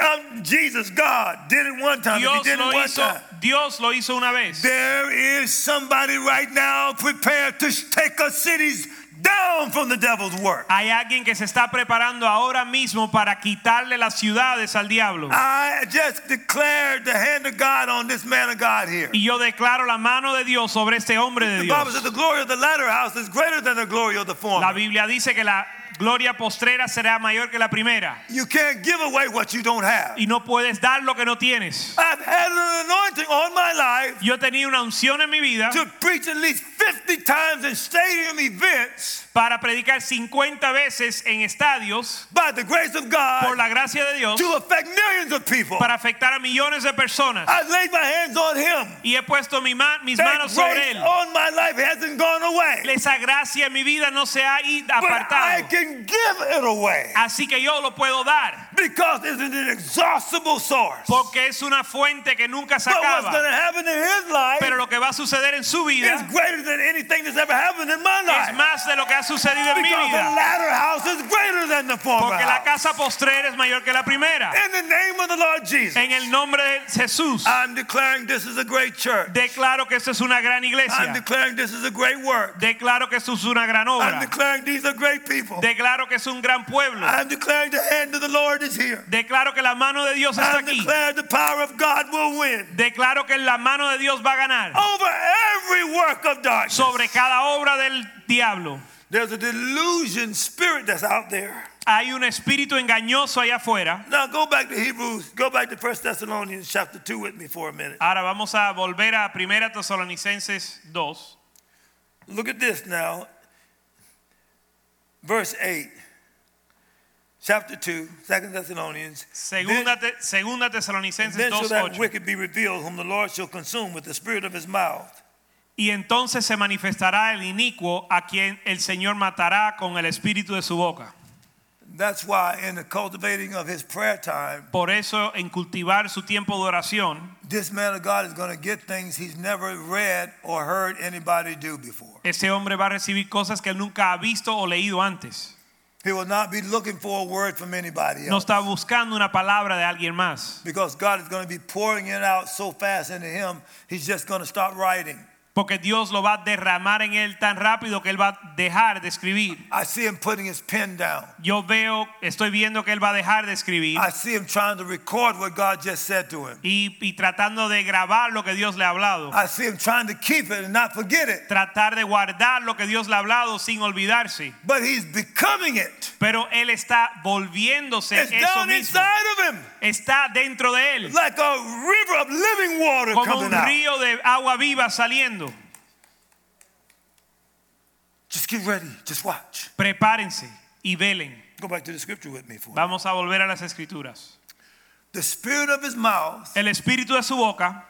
um, Jesus, God, did it one time. if Dios he did it lo one hizo. time. Dios lo hizo una vez. There is somebody right now prepared to take our cities down from the devil's work. Hay alguien que se está preparando ahora mismo para quitarle las ciudades al diablo. I just declared the hand of God on this man of God here. Y yo declaro la mano de Dios sobre este hombre de The Bible says Dios. the glory of the latter house is greater than the glory of the La former. Biblia dice que la gloria postrera será mayor que la primera. You can't give away what you don't have. Y no puedes dar lo que no tienes. I've had an anointing on my life Yo he tenido una unción en mi vida to preach at least 50 times in stadium events para predicar 50 veces en estadios by the grace of por God la gracia de Dios to affect millions of people. para afectar a millones de personas. I laid my hands on him. Y he puesto mi ma- mis That manos sobre grace él. on my life hasn't gone away. Esa gracia en mi vida no se ha ido But I apartado. Ah. can give it away Así que yo lo puedo dar. because it's an inexhaustible source. But Porque es una fuente que nunca se what's going acaba. to happen in his life Pero lo que va a suceder en su vida is greater than anything that's ever happened in my es life. más de lo que ha sucedido en mi Because the vida. latter house is greater than the former Porque la house. casa postrera es mayor que la primera. In the name of the Lord Jesus, En el nombre de Jesús, I'm declaring this is a great church. declaro que esta es una gran I'm iglesia. declaring this is a great work. Declaro que esto es una gran I'm obra. declaring these are great people. Declaro que es un gran pueblo. I'm declaring the hand of the Lord is here. Declaro que la mano de Dios está I'm aquí. declaring the power of God will win Declaro que la mano de Dios va a ganar over every work of darkness. sobre cada obra del diablo. There's a delusion spirit that's out there. Hay un espíritu engañoso allá afuera. Now go back to Hebrews, go back to 1 Thessalonians chapter 2 with me for a minute. Ahora vamos a volver a Primera Tesalonicenses 2. Look at this now. Verse 8. Chapter 2, 2 Thessalonians. Segunda, te- segunda Tesalonicenses then shall that 2.8 wicked be revealed, whom the Lord shall consume with the spirit of his mouth, Y entonces se manifestará el inicuo a quien el Señor matará con el espíritu de su boca. That's why, in the cultivating of his prayer time, Por eso en cultivar su tiempo de oración, this man of God is going to get things he's never read or heard anybody do before. ese hombre va a recibir cosas que él nunca ha visto o leído antes. He will not be looking for a word from anybody No else está buscando una palabra de alguien más. because God is going to be pouring it out so fast into him, he's just going to stop writing. Porque Dios lo va a derramar en él tan rápido que él va a dejar de escribir. I see him putting his pen down. Yo veo, estoy viendo que él va a dejar de escribir I see him trying to record what God just said to him. y, y tratando de grabar lo que Dios le ha hablado. I see him trying to keep it and not forget it. Tratar de guardar lo que Dios le ha hablado sin olvidarse. But he's becoming it. Pero él está volviéndose It's eso down mismo. inside of him. Está dentro de él, like a river of living water como coming un out. río de agua viva saliendo. Just get ready. Just watch. Prepárense y velen. Go back to the scripture with me for it. Vamos a volver a las escrituras. The spirit of his mouth El espíritu de su boca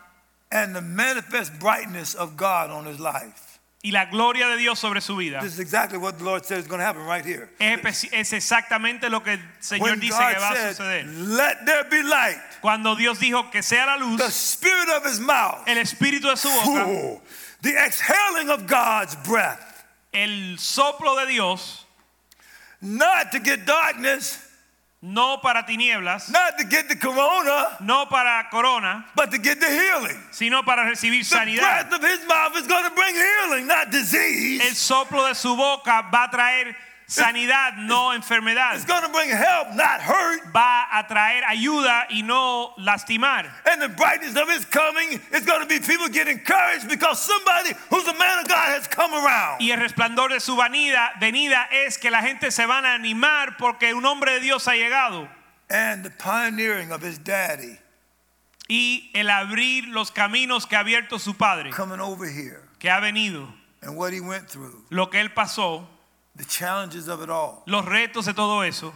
and the manifest brightness of God on his life. y la gloria de Dios sobre su vida. This is exactly what the Lord said is going to happen right here. Es, espe- es exactamente lo que el Señor When dice God que va a said, suceder. let there be light, Cuando Dios dijo que sea la the luz, spirit of his mouth, el espíritu de su boca, Ooh, the exhaling of God's breath, el soplo de Dios, not to get darkness, no para tinieblas, Not to get the corona, no para corona, but to get the healing. sino para recibir The sanidad. breath of his mouth is going to bring healing, not disease. El soplo de su boca va a traer sanidad, no enfermedad. It's going to bring help, not hurt. Va a traer ayuda y no lastimar. And the brightness of his coming is going to be people get encouraged because somebody who's a man of God has come around. Y el resplandor de su vanida, venida es que la gente se van a animar porque un hombre de Dios ha llegado. And the pioneering of his daddy Y el abrir los caminos que ha abierto su padre, coming over here que ha venido, and what he went through, lo que él pasó, the challenges of it all. los retos de todo eso,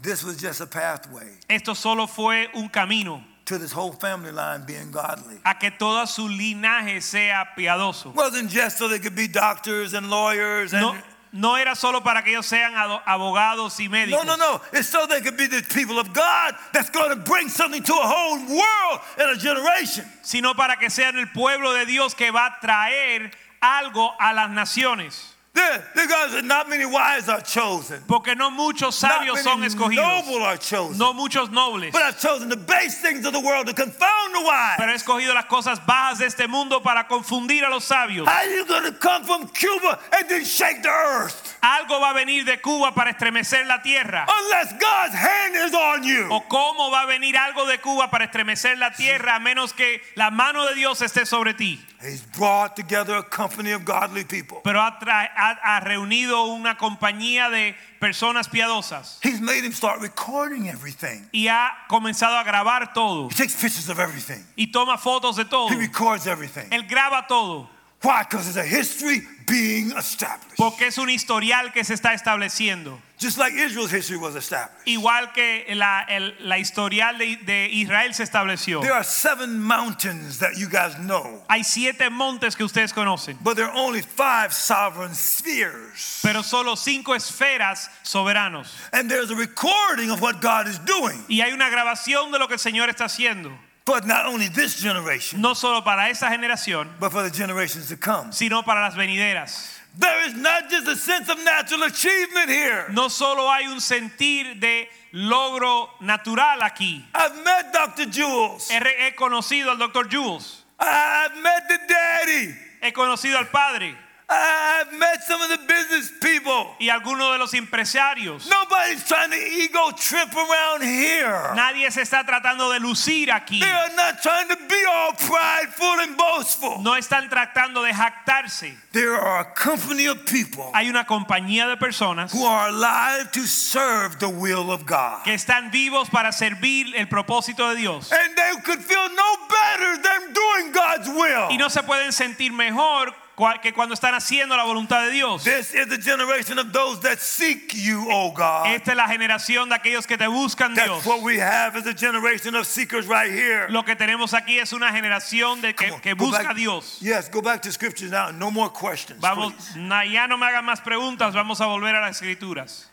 This was just a pathway esto solo fue un camino to this whole family line being godly. a que todo su linaje sea piadoso. wasn't just so they could be doctors and lawyers and No, no era solo para que ellos sean ado- abogados y No, médicos. no, no. It's so they could be the people of God that's going to bring something to a whole world and a generation. sino para que sean el pueblo de Dios que va a traer algo a las naciones. There, there guys, that not many wise are chosen. Porque no muchos Not sabios son many escogidos, noble are chosen. no muchos nobles, But I've chosen the base things of the world to confound the pero wise. he escogido las cosas bajas de este mundo para confundir a los sabios. How you going to come from Cuba and then shake the earth? Algo va a venir de Cuba para estremecer la tierra. Unless God's hand is on you. ¿O cómo va a venir algo de Cuba para estremecer la tierra a menos que la mano de Dios esté sobre ti? He's brought together a company of godly people. Pero ha, tra- ha- ha reunido una compañía de personas piadosas He's made him start recording everything. y ha comenzado a grabar todo He takes pictures of everything. y toma fotos de todo. He records everything. Él graba todo Why? Because it's a history being established. porque es un historial que se está estableciendo. Just like Israel's history was established. Igual que la, el- la historial de, de Israel se estableció. There are seven mountains that you guys know, Hay siete montes que ustedes conocen, but there are only five sovereign spheres. pero solo cinco esferas soberanos. And there's a recording of what God is doing Y hay una grabación de lo que el Señor está haciendo, for not only this generation, no solo para esa generación, but for the generations to come. sino para las venideras. There is not just a sense of natural achievement here. No solo hay un sentir de logro natural aquí. I've met Dr. Jules. He, re- he conocido al doctor Jules, I've met the daddy. he conocido al padre I've met some of the business people. y algunos de los empresarios. Nobody's trying to ego trip around here. Nadie se está tratando de lucir aquí. They are not trying to be all prideful and boastful. No están tratando de jactarse. There are a company of people Hay una compañía de personas who are alive to serve the will of God. que están vivos para servir el propósito de Dios. And they could feel no better than doing God's Y will. no se pueden sentir mejor cua- que cuando están haciendo la voluntad de Dios. This is the generation of those that seek you, O God. Esta es la generación de aquellos que te buscan Dios. That's what we have is a generation of seekers right here. Lo que tenemos aquí es una generación de Come que, on, que go busca a back- Dios. Yes, go back to scriptures now. No more questions. Vamos, please. na- ya no me hagan más preguntas, vamos a volver a las escrituras.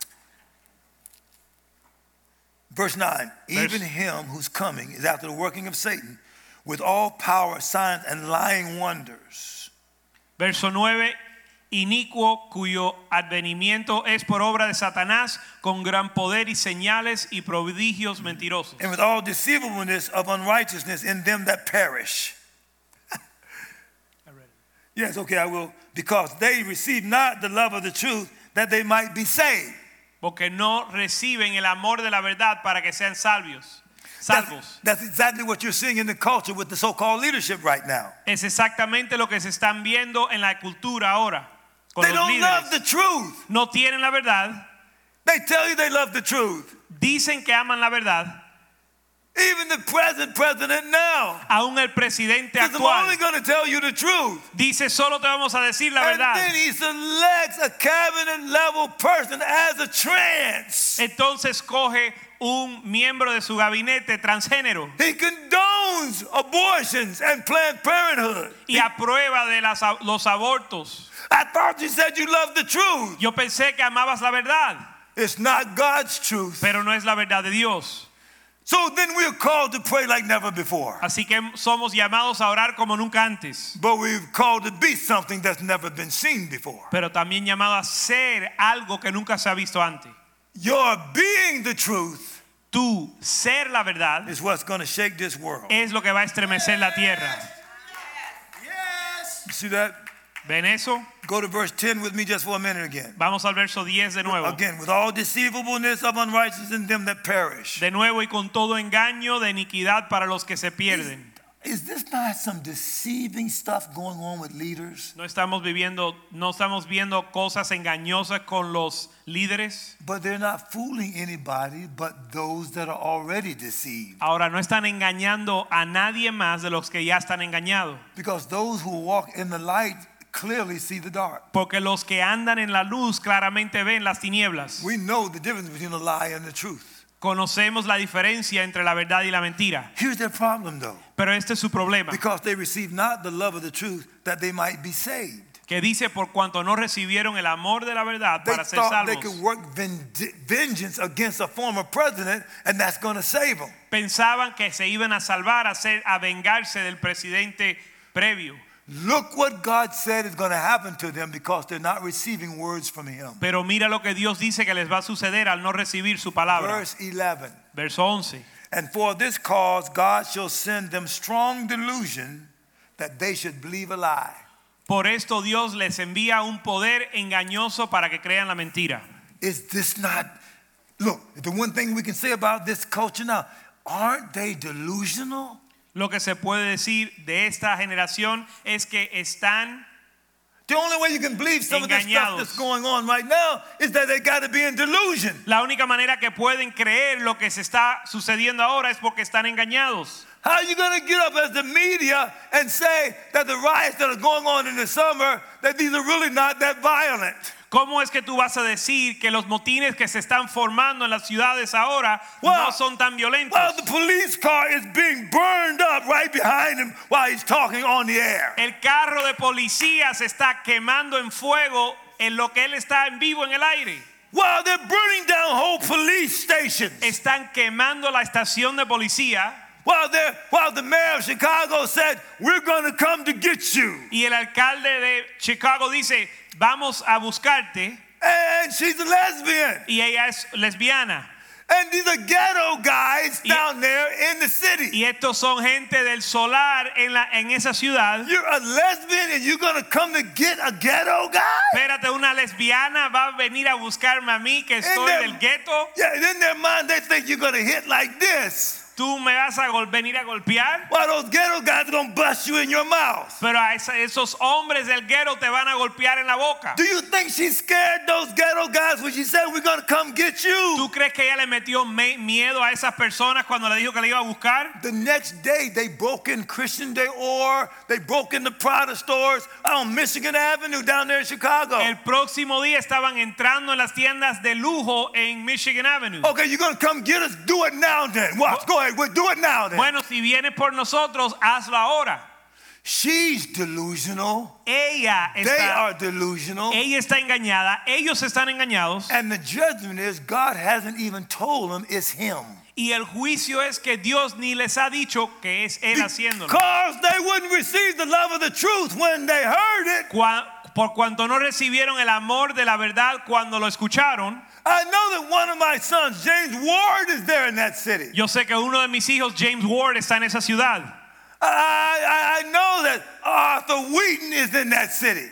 Verse 9 Verse- Even him whose coming is after the working of Satan with all power, signs, and lying wonders. Verso 9, inicuo cuyo advenimiento es por obra de Satanás con gran poder y señales y prodigios mentirosos. and with all deceivableness of unrighteousness in them that perish. yes, okay, I will. Because they receive not the love of the truth that they might be saved. Porque no reciben el amor de la verdad para que sean salvios, That's, salvos. that's exactly what you're seeing in the culture with the so called leadership right now. Es exactamente lo que se están viendo en la cultura ahora. Con They los don't love líderes. the truth. No tienen la verdad, They tell you they love the truth. dicen que aman la verdad. Even the present president now Aún el presidente says, I'm only actual going to tell you the truth. dice solo te vamos a decir la And verdad. then he selects a cabinet level person as a trans. Entonces coge un miembro de su gabinete transgénero He condones abortions and Planned Parenthood. y aprueba de las- los abortos. I thought you said you loved the truth. Yo pensé que amabas la verdad, It's not God's truth. pero no es la verdad de Dios. So then we're called to pray like never before. Así que somos llamados a orar como nunca antes, But we're called to be something that's never been seen before. pero también llamados a ser algo que nunca se ha visto antes. Your being the truth Tu ser la verdad is what's going to shake this world. es lo que va a estremecer la tierra. You See that? ¿Ven eso? Go to verse 10 with me just for a minute again. Vamos al verso 10 de nuevo. Again, with all deceivableness of unrighteousness in them that perish. De nuevo y con todo engaño de iniquidad para los que se pierden. Is this not some deceiving stuff going on with leaders? No estamos viviendo, no estamos viendo cosas engañosas con los líderes. But they're not fooling anybody but those that are already deceived. Ahora no están engañando a nadie más de los que ya están engañados. Because those who walk in the light clearly see the dark. Porque los que andan en la luz claramente ven las tinieblas. We know the difference between a lie and the truth. Conocemos la diferencia entre la verdad y la mentira. Here's their problem though. Pero este es su problema. Because they receive not the love of the truth that they might be saved. Que dice por cuanto no recibieron el amor de la verdad They para ser thought they could salvos. work vend- vengeance against a former president and that's going to save them. Pensaban que se iban a salvar, a, ser, a vengarse del presidente previo. Look what God said is going to happen to them because they're not receiving words from Him. Pero mira lo que Dios dice que les va a suceder al no recibir su palabra. Verse 11. Verso 11. And for this cause God shall send them strong delusion that they should believe a lie. Por esto Dios les envía un poder engañoso para que crean la mentira. Is this not, look, the one thing we can say about this culture now, aren't they delusional? Lo que se puede decir de esta generación es que están The only way you can believe some of this stuff Engañados. that's going on right now is that they got to be in delusion. la única manera que pueden creer lo que se está sucediendo ahora es porque están engañados. How are you going to get up as the media and say that the riots that are going on in the summer, that these are really not that violent? ¿Cómo es que tú vas a decir que los motines que se están formando en las ciudades ahora Well, no son tan violentos? Well, the police car is being burned up right behind him while he's talking on the air. El carro de policía se está quemando en fuego en lo que él está en vivo en el aire. While they're burning down whole police stations. Están quemando la estación de policía While, they're, while the mayor of Chicago said, We're going to come to get you. y el alcalde de Chicago dice, vamos a buscarte And she's a lesbian. y ella es lesbiana. And these are ghetto guys Yeah. down there in the city. Y estos son gente del solar en, la, en esa ciudad. You're a lesbian and you're going to come to get a ghetto guy? Espérate, una lesbiana va a venir a buscarme a mí que estoy there- del gueto. Yeah, and in their mind, they think you're going to hit like this. Tú me vas a gol- venir a golpear. While those ghetto guys are going to bust you in your mouth. Pero a esa- esos hombres del gueto te van a golpear en la boca. Do you think she scared those ghetto guys when she said we're gonna come get you? ¿Tú crees que ella le metió me- miedo a esas personas cuando le dijo que le iba a buscar? The next day they broke in Christian Day or they broke in the Prada stores on Michigan Avenue down there in Chicago. El próximo día estaban entrando en las tiendas de lujo en Michigan Avenue. Okay, you're gonna come get us, do it now then. Watch, go ahead, well, do it now then. Bueno, si vienes por nosotros, hazlo ahora. She's delusional. Ella They are está, delusional. ella está engañada, ellos están engañados. And the judgment is God hasn't even told them it's him. Y el juicio es que Dios ni les ha dicho que es Él haciéndolo. Because they wouldn't receive the love of the truth when they heard it. Cua- por cuanto no recibieron el amor de la verdad cuando lo escucharon, I know that one of my sons, James Ward, is there in that city. yo sé que uno de mis hijos, James Ward, está en esa ciudad. I, I, I know that Arthur Wheaton is in that city.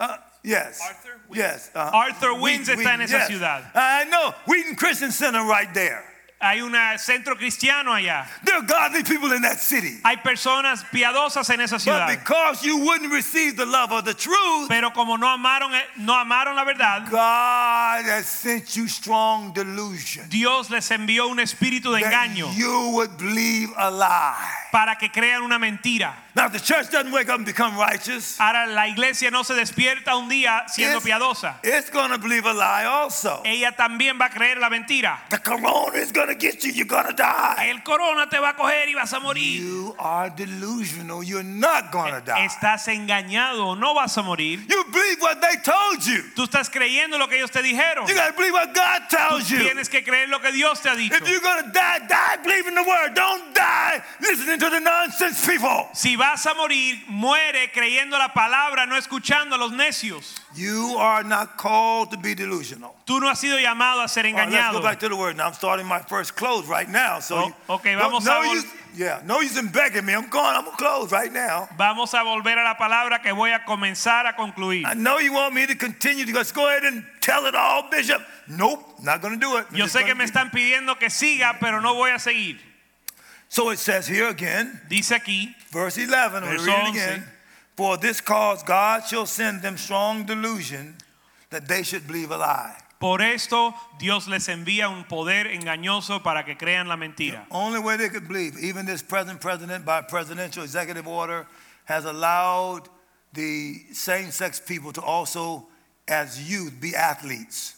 Uh, yes. Arthur Wheaton. Yes. uh, Arthur Wheat- Wheaton está en esa yes. ciudad. I know. Wheaton Christian Center right there. Hay un centro cristiano allá. There are godly people in that city. Hay personas piadosas en esa But ciudad. because you wouldn't receive the love of the truth, Pero como no amaron, eh, no amaron la verdad, God has sent you strong delusion. Dios les envió un espíritu de That engaño you would believe a lie. para que crean una mentira. Now, if the church doesn't wake up and become righteous, Ahora la iglesia no se despierta un día siendo It's- piadosa. Eh. It's going to believe a lie also. Ella también va a creer la mentira. The corona is going to get you. You're going to die. El corona te va a coger y vas a morir. You are delusional. You're not going Eh, to die. Estás engañado, no vas a morir. You believe what they told you. Tú estás creyendo lo que ellos te dijeron. You got to believe what God tells you. Tienes que creer lo que Dios te ha dicho. If you're going to die, die believing the word. Don't die listening Listen to the nonsense people. Si vas a morir, muere creyendo la palabra, no escuchando a los necios. You are not called to be delusional. Tú no has sido llamado a ser All right, Oh, let's engañado. go back to the word. Now I'm starting my first close right now. So Oh, you- okay, no- vamos no a vol- use- yeah, no use in begging me. I'm going. I'm gonna close right now. Vamos a volver a la palabra que voy a comenzar a concluir. I know you want me to continue to go. Let's go ahead and tell it all, Bishop. Nope, not gonna do it. I'm Yo just sé que gonna me keep- están pidiendo que siga, pero no voy a seguir. So it says here again, Dice aquí, verse 11. I'm gonna Verse read it 11. again. For this cause God shall send them strong delusion that they should believe a lie. por esto Dios les envía un poder engañoso para que crean la mentira. Only way they could believe. Even this present president, by presidential executive order, has allowed the same-sex people to also, as youth, be athletes.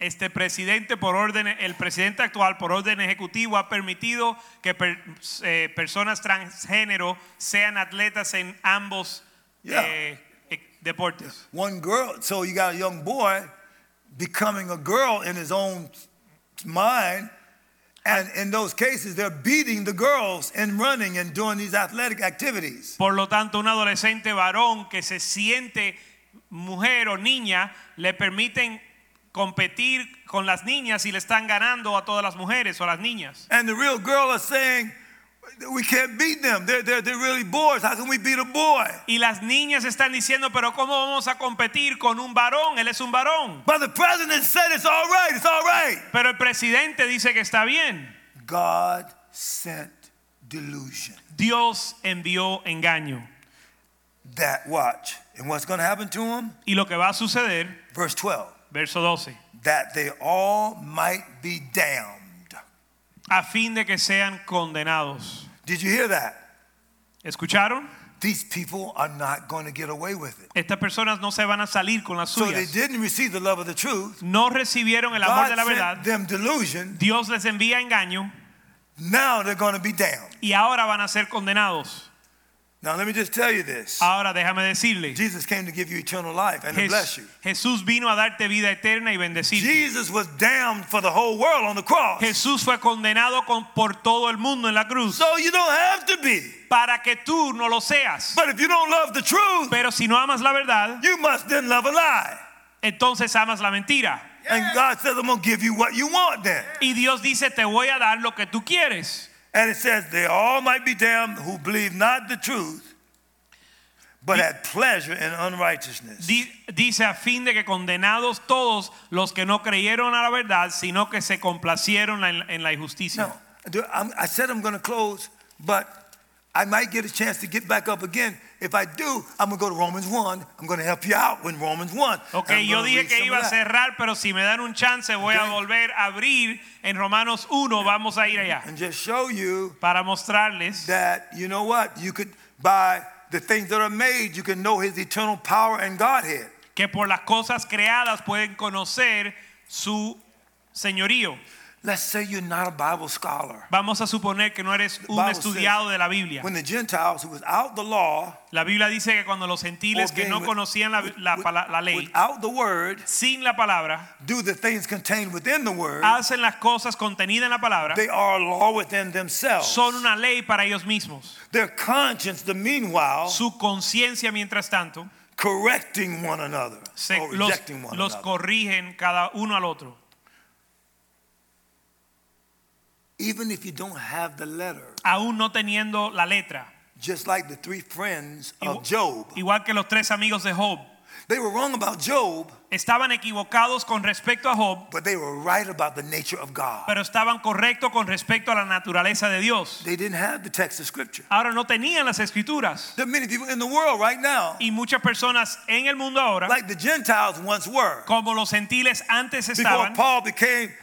Este presidente, por orden, el presidente actual, por orden ejecutivo, ha permitido que per- eh, personas transgénero sean atletas en ambos Yeah. eh, eh, deportes. One girl. So you got a young boy becoming a girl in his own mind. And in those cases, they're beating the girls in running and doing these athletic activities. Por lo tanto, un adolescente varón que se siente mujer o niña le permiten competir con las niñas y le están ganando a todas las mujeres o a las niñas. And the real girl are saying, we can't beat them. They're, they're, they're really boys. How can we beat a boy? Y las niñas están diciendo, pero ¿cómo vamos a competir con un varón? Él es un varón. But the president said it's all right, it's all right. Pero el presidente dice que está bien. God sent delusion. Dios envió engaño. That watch. And what's going to happen to him? Y lo que va a suceder, Verse 12. verso 12, That they all might be damned. a fin de que sean condenados. Did you hear that? ¿Escucharon? These people are not going to get away with it. Estas personas no se van a salir con las So they suyas. didn't receive the love of the truth. No recibieron el amor God de la sent verdad. them delusion. Dios les envía engaño Now they're going to be damned. y ahora van a ser condenados. Now let me just tell you this. Ahora déjame decirle, Jesus came to give you eternal life and to Jes- bless you. Jesús vino a darte vida eterna y bendecirte. Jesus was damned for the whole world on the cross. Jesús fue condenado con- por todo el mundo en la cruz So you don't have to be. para que tú no lo seas. But if you don't love the truth, Pero si no amas la verdad, you must then love a lie. entonces amas la mentira. And God says, I'm going to give you what you want then. Y Dios dice, te voy a dar lo que tú quieres. And it says, they all might be damned who believe not the truth, but had pleasure in unrighteousness. Di- dice a fin de que condenados todos los que no creyeron a la verdad, sino que se complacieron en, en la injusticia. No, do- I'm- I said I'm going to close, but I might get a chance to get back up again. If I do, I'm going to go to Romans 1. I'm going to help you out with Romans 1. Ok, And I'm yo gonna dije read que some iba of a that. cerrar, pero si me dan un chance voy Ok. a volver a abrir en Romanos 1, vamos a ir allá And just show you para mostrarles that, you know what, you could, by the things that are made, you can know his eternal power and Godhead. que por las cosas creadas pueden conocer su señorío. Let's say you're not a Bible scholar. Vamos a suponer que no eres un Bible estudiado says, de la Biblia. When the Gentiles who was out the law, La Biblia dice que cuando los gentiles que ordained no with- conocían la, with- la with- pala- la ley, without the word, sin la palabra, do the things contained within the word, hacen las cosas contenidas en la palabra, they are a law within themselves. son una ley para ellos mismos. Their conscience, the meanwhile, Su conciencia, mientras tanto, correcting one another se- or los, Oh, rejecting one los another. corrigen cada uno al otro. Even if you don't have the letter, aún no teniendo la letra. just like the three friends Igu- of Oh, Job, Igual que los tres amigos de Job. they were wrong about Job, Estaban equivocados con respecto a Job, but they were right about the nature of God. pero estaban correctos con respecto a la naturaleza de Dios. They didn't have the text of Scripture. Ahora no tenían las escrituras. There are many people in the world right now, Y muchas personas en el mundo ahora, like the Gentiles once were. como los gentiles antes before estaban, Paul became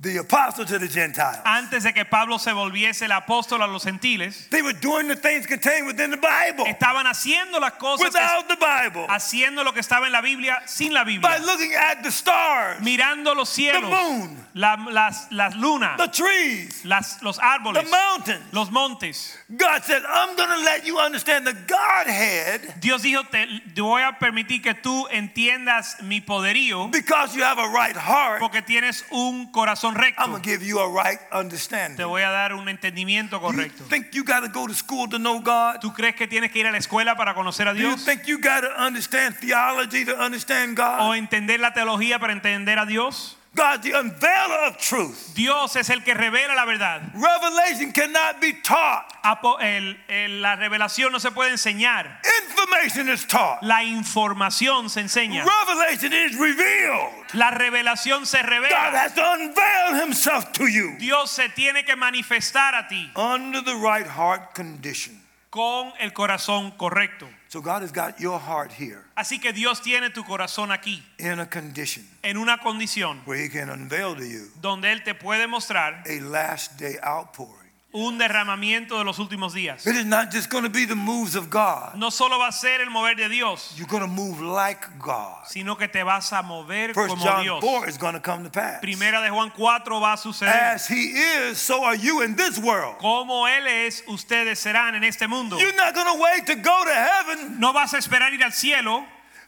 the apostle to the Gentiles. antes de que Pablo se volviese el apóstol a los gentiles, They were doing the things contained within the Bible, estaban haciendo las cosas, que- without the Bible, haciendo lo que estaba en la Biblia sin la by Biblia, looking at the stars, mirando los cielos, moon. la- las, las lunas, the trees, las- los the árboles, mountains. los montes. God said, I'm going to let you understand the Godhead Dios dijo, te, te voy a permitir que tú entiendas mi poderío because you have a right heart porque tienes un corazón corazón I'm recto, going to give you a right te understanding. voy a dar un entendimiento You correcto. think you got to go to school to know God? ¿Tú crees que tienes que ir a la escuela para conocer a Do you Dios? think you got to understand theology to understand ¿O God? entender la teología para entender a Dios? God's the unveiler of truth. Dios es el que revela la verdad. Revelation cannot be taught. Apo- el- el- la revelación no se puede enseñar. Information is taught. La información se enseña. Revelation is revealed. La revelación se God revela. has to unveil himself to you Dios se tiene que manifestar a ti under the right heart condition. con el corazón correcto. So God has got your heart here Así que Dios tiene tu corazón aquí, in a condition en una condición where he can unveil to you donde Él te puede mostrar a last day outpouring. un derramamiento de los últimos días. It is not just going to be the moves of God. No solo va a ser el mover de Dios, You're going to move like God. sino que te vas a mover First como John Dios. 4 is going to come to pass. Primera de Juan 4 va a suceder. As he is, so are you in this world. Como Él es, ustedes serán en este mundo. You're not going to wait to go to heaven No vas a esperar ir al cielo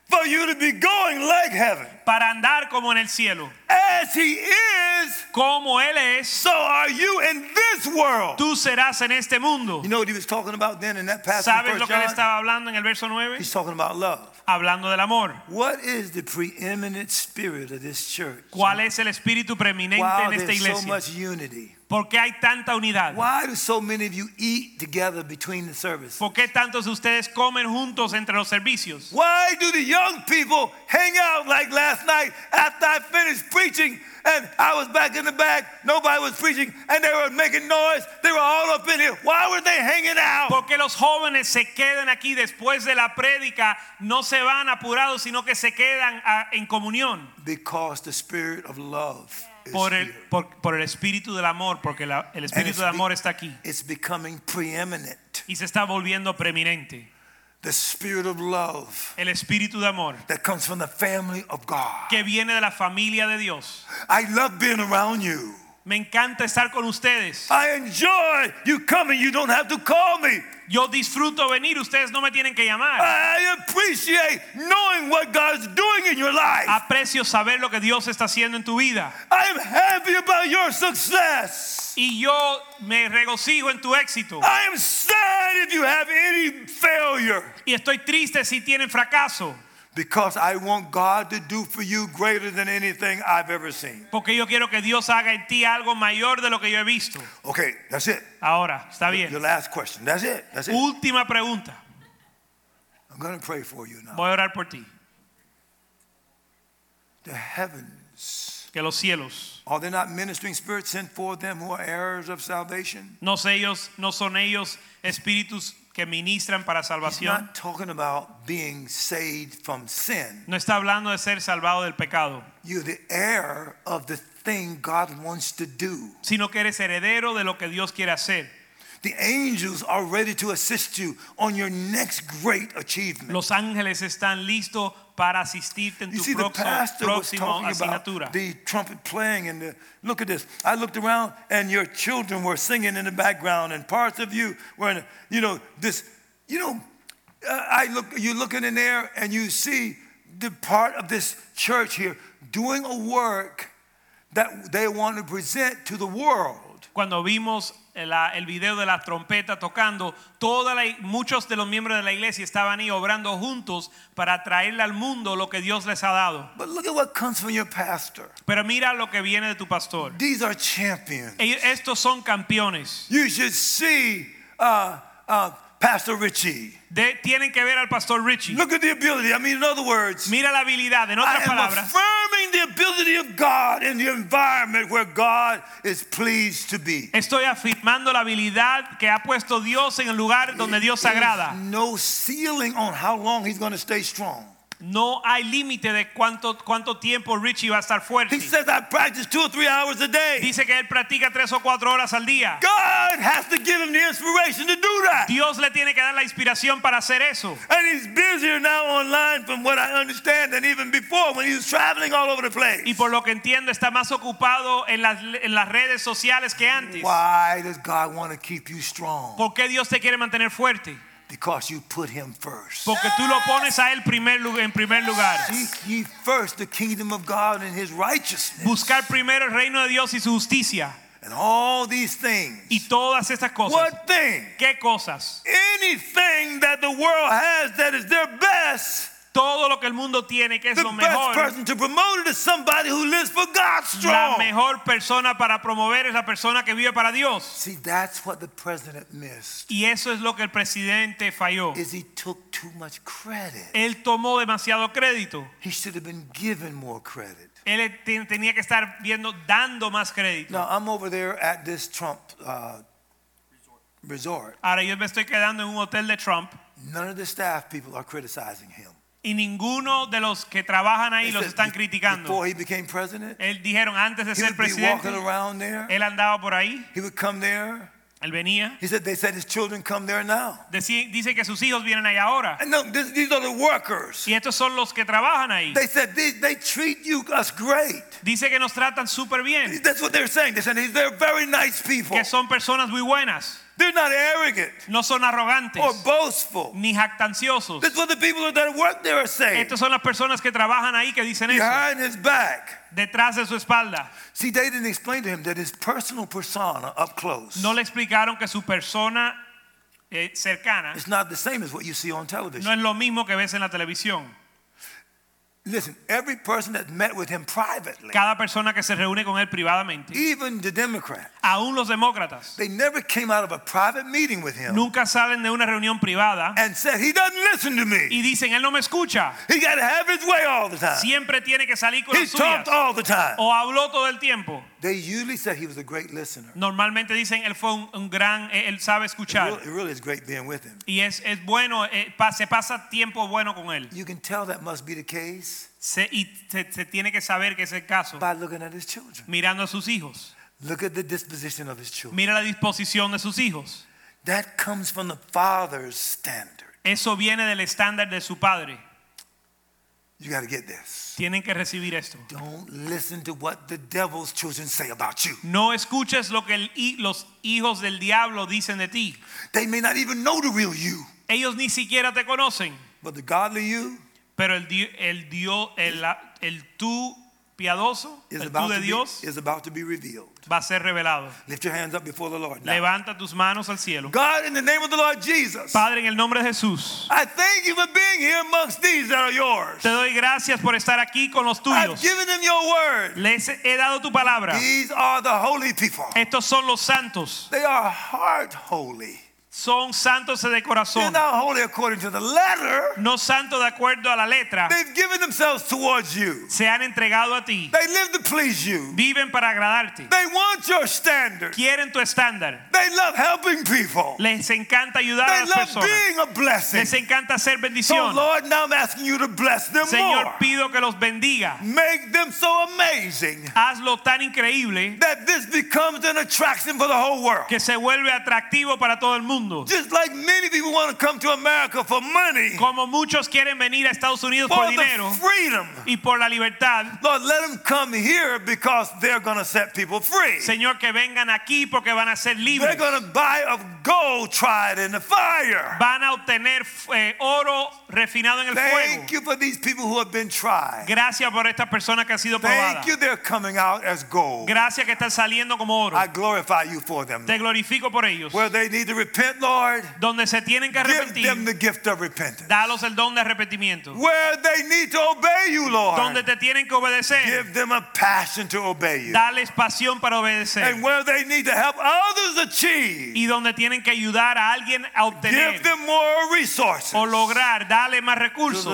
for you to be going like heaven. para andar como en el cielo. As he is, Como Él es, so are you in this world. tú serás en este mundo. You know what he was talking about then in that passage in ¿Sabes First lo que él John? estaba hablando en el verso 9? He's talking about love. Hablando del amor. What is the preeminent spirit of this church? ¿Cuál es el espíritu preeminente Why en esta there's so iglesia? much unity? ¿Por qué hay tanta unidad? Why do so many of you eat together between the services? ¿Por qué tantos de ustedes comen juntos entre los servicios? Why do the young people hang out like last night after I finished preaching and I was back in the back, nobody was preaching, and they were making noise. They were all up in here. Why were they hanging out? ¿Por qué los jóvenes se quedan aquí después de la prédica? No se van apurados, sino que se quedan ah, en comunión Because the spirit of love is por el, here. por, por el espíritu del amor, porque la- And el espíritu it's del be- amor está aquí It's becoming preeminent. y se está volviendo preeminente. The spirit of love El espíritu de amor that comes from the family of God. que viene de la familia de Dios. I love being around you. Me encanta estar con ustedes. I enjoy you coming. You don't have to call me. Yo disfruto venir, ustedes no me tienen que llamar. I appreciate knowing what God's doing in your life. Aprecio saber lo que Dios está haciendo en tu vida. I'm happy about your success. Y yo me regocijo en tu éxito. I am sad if you have any failure Y estoy triste si tienen fracaso. because I want God to do for you greater than anything I've ever seen. Porque yo quiero que Dios haga en ti algo mayor de lo que yo he visto. Okay, that's it. Ahora, está Your bien. last question. That's it. That's it. Última pregunta. I'm going to pray for you now. Voy a orar por ti. The heavens, Que los cielos, are they not ministering spirits sent for them who are heirs of salvation? no, sé ellos, no son ellos espíritus que ministran para He's salvación. not talking about being saved from sin. No está hablando de ser salvado del pecado, You're the heir of the thing God wants to do. sino que eres heredero de lo que Dios quiere hacer. The angels are ready to assist you on your next great achievement. Los ángeles están listos para asistirte en you tu see, the pastor was próxima talking asignatura. about the trumpet playing, and the, look at this. I looked around, and your children were singing in the background, and parts of you were, in, you know, this. You know, uh, I look. You're looking in there, and you see the part of this church here doing a work that they want to present to the world. Cuando vimos la- el video de la trompeta tocando, toda la- muchos de los miembros de la iglesia estaban ahí obrando juntos para traerle al mundo lo que Dios les ha dado. But look at what comes from your pastor. Pero mira lo que viene de tu pastor. These are champions. Ellos- Estos son campeones. You should see uh, uh, Pastor Richie. De- tienen que ver al pastor Richie. Look at the ability. I mean, in other words, Mira la habilidad. En I otras am palabras, affirming the ability of God in the environment where God is pleased to be. estoy afirmando la habilidad que ha puesto Dios en el lugar donde Dios se agrada. There's no ceiling on how long he's going to stay strong. No hay límite de cuánto, cuánto tiempo Richie va a estar He fuerte. says, I practice two or three hours a day. Dice que él practica tres o cuatro horas al día. God has to give him the inspiration to do that. Dios le tiene que dar la inspiración para hacer eso. And he's busier now online, from what I understand, than even before when he was traveling all over the Y place. por lo que entiendo está más ocupado en las, en las redes sociales que antes. Why does God want to keep you strong? ¿Por qué Dios te quiere mantener fuerte? because you put him first. Porque tú lo pones a él primer lu- en primer lugar. Seek ye first the kingdom of God and his righteousness. Buscar primero el reino de Dios y su justicia. And all these things. Y todas estas cosas. What thing? ¿Qué cosas? Anything that the world has that is their best, Todo lo que el mundo tiene que es the lo best mejor. person to promote it is somebody who lives for God La strong. mejor persona para promover es la persona que vive para Dios. See, that's what the president missed. Y eso es lo que el presidente falló. Is he took too much credit. Él tomó demasiado crédito. He should have been given more credit. Él te- tenía que estar viendo dando más crédito. Now I'm over there at this Trump uh, resort. Ahora yo me estoy quedando en un hotel de Trump None of the staff people are criticizing him. y ninguno de los que trabajan ahí They los said están be- criticando. Before he became president, Él dijeron antes de he ser would be walking presidente, Eh. around there. él andaba por ahí, He would come there. él venía. He said they said his children come there now. Decí- dice que sus hijos vienen ahí ahora. And no, this, these are the workers. Y estos son los que trabajan ahí. They said they, they treat you us great. Dice que nos tratan súper bien, That's what they're saying. They said they're very nice people. que son personas muy buenas, They're not arrogant no son arrogantes or boastful. ni jactanciosos. That's what the people that work there are saying. Estas son las personas que trabajan ahí que dicen eso, Behind his back. detrás de su espalda. See, they didn't explain to him that his personal persona up close No le explicaron que su persona eh, cercana is not the same as what you see on no television. es lo mismo que ves en la televisión. Listen, every person that met with him privately, Cada persona que se reúne con él privadamente, even the Democrat, aún los demócratas, they never came out of a private meeting with him nunca salen de una reunión privada and said, He doesn't listen to me. y dicen, él no me escucha. He got to have his way all the time. Siempre tiene que salir con He las suyas. talked all the time. O habló todo el tiempo. They usually said he was a great listener. Normalmente dicen, él fue un, un gran, eh, él sabe It really, escuchar. it really is great being with him. Y es, es bueno, eh, pa- se pasa tiempo bueno con él. You can tell that must be the case Se- y se, se tiene que saber que es el caso. by looking at his children. Mirando a sus hijos. Look at the disposition of his children. Mira la disposición de sus hijos. That comes from the father's standard. Eso viene del estándar de su padre. You got to get this. Tienen que recibir esto. Don't listen to what the devil's children say about you. No escuches lo que el hi- los hijos del diablo dicen de ti. They may not even know the real you, Ellos ni siquiera te conocen. but the godly you Pero el, di- el, Dios, el, la- el tú piadoso, is el about tú de to Dios, be, is about to be revealed. va a ser revelado. Lift your hands up before the Lord. Now. Levanta tus manos al cielo. God, in the name of the Lord Jesus, Padre, en el nombre de Jesús, I thank you for being here amongst these that are yours. te doy gracias por estar aquí con los I've tuyos. given them your word. Les he dado tu palabra. These are the holy people. Estos son los santos. They are heart holy. Son santos de They're corazón. not holy according to the letter. No santos de acuerdo a la letra. They've given themselves towards you. Se han entregado a ti. They live to please you. Viven para agradarte. They want your standard. Quieren tu estándar. They love helping people. Les encanta ayudar a They las love personas. being a Les blessing. encanta ser So, bendición. Lord, now I'm asking you to bless them more. Señor, pido que los bendiga. Make them so amazing Hazlo tan increíble that this becomes an attraction for the whole world. que se vuelve atractivo para todo el mundo. Just like many people want to come to America for money, Como muchos quieren venir a Estados Unidos por for the dinero freedom. y por la libertad, Lord, let them come here because they're going to set people free. Señor, que vengan aquí porque van a ser They're libres. going to buy of gold tried in the fire. Van a obtener eh, oro refinado en el fuego. Thank you for these people who have been tried. Gracias por estas personas que han sido probadas. Thank you, they're coming out as gold. Gracias que están saliendo como oro. I glorify you for them. Te glorifico por ellos. Where they need to repent, Lord, Donde se tienen que give them arrepentir, the gift of repentance. dalos el don de arrepentimiento. Where they need to obey you, Donde Lord, te tienen que obedecer, give them a passion to obey you. dales pasión para obedecer. And where they need to help others achieve, Y donde tienen que ayudar a alguien a obtener give them more resources. o lograr, dale más So the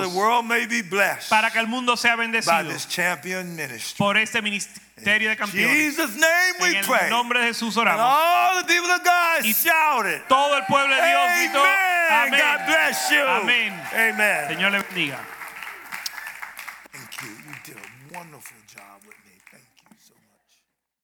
recursos. world may be blessed para que el mundo sea by bendecido this champion ministry. por este ministerio de In campeones. Jesus' name we En pray. el nombre de Jesús And oramos. all the people of God shouted. Todo el pueblo de Dios Amen. gritó, amén. God bless you. Amén. Amen. Señor le bendiga. Thank you. You did a wonderful job with me. Thank you so much.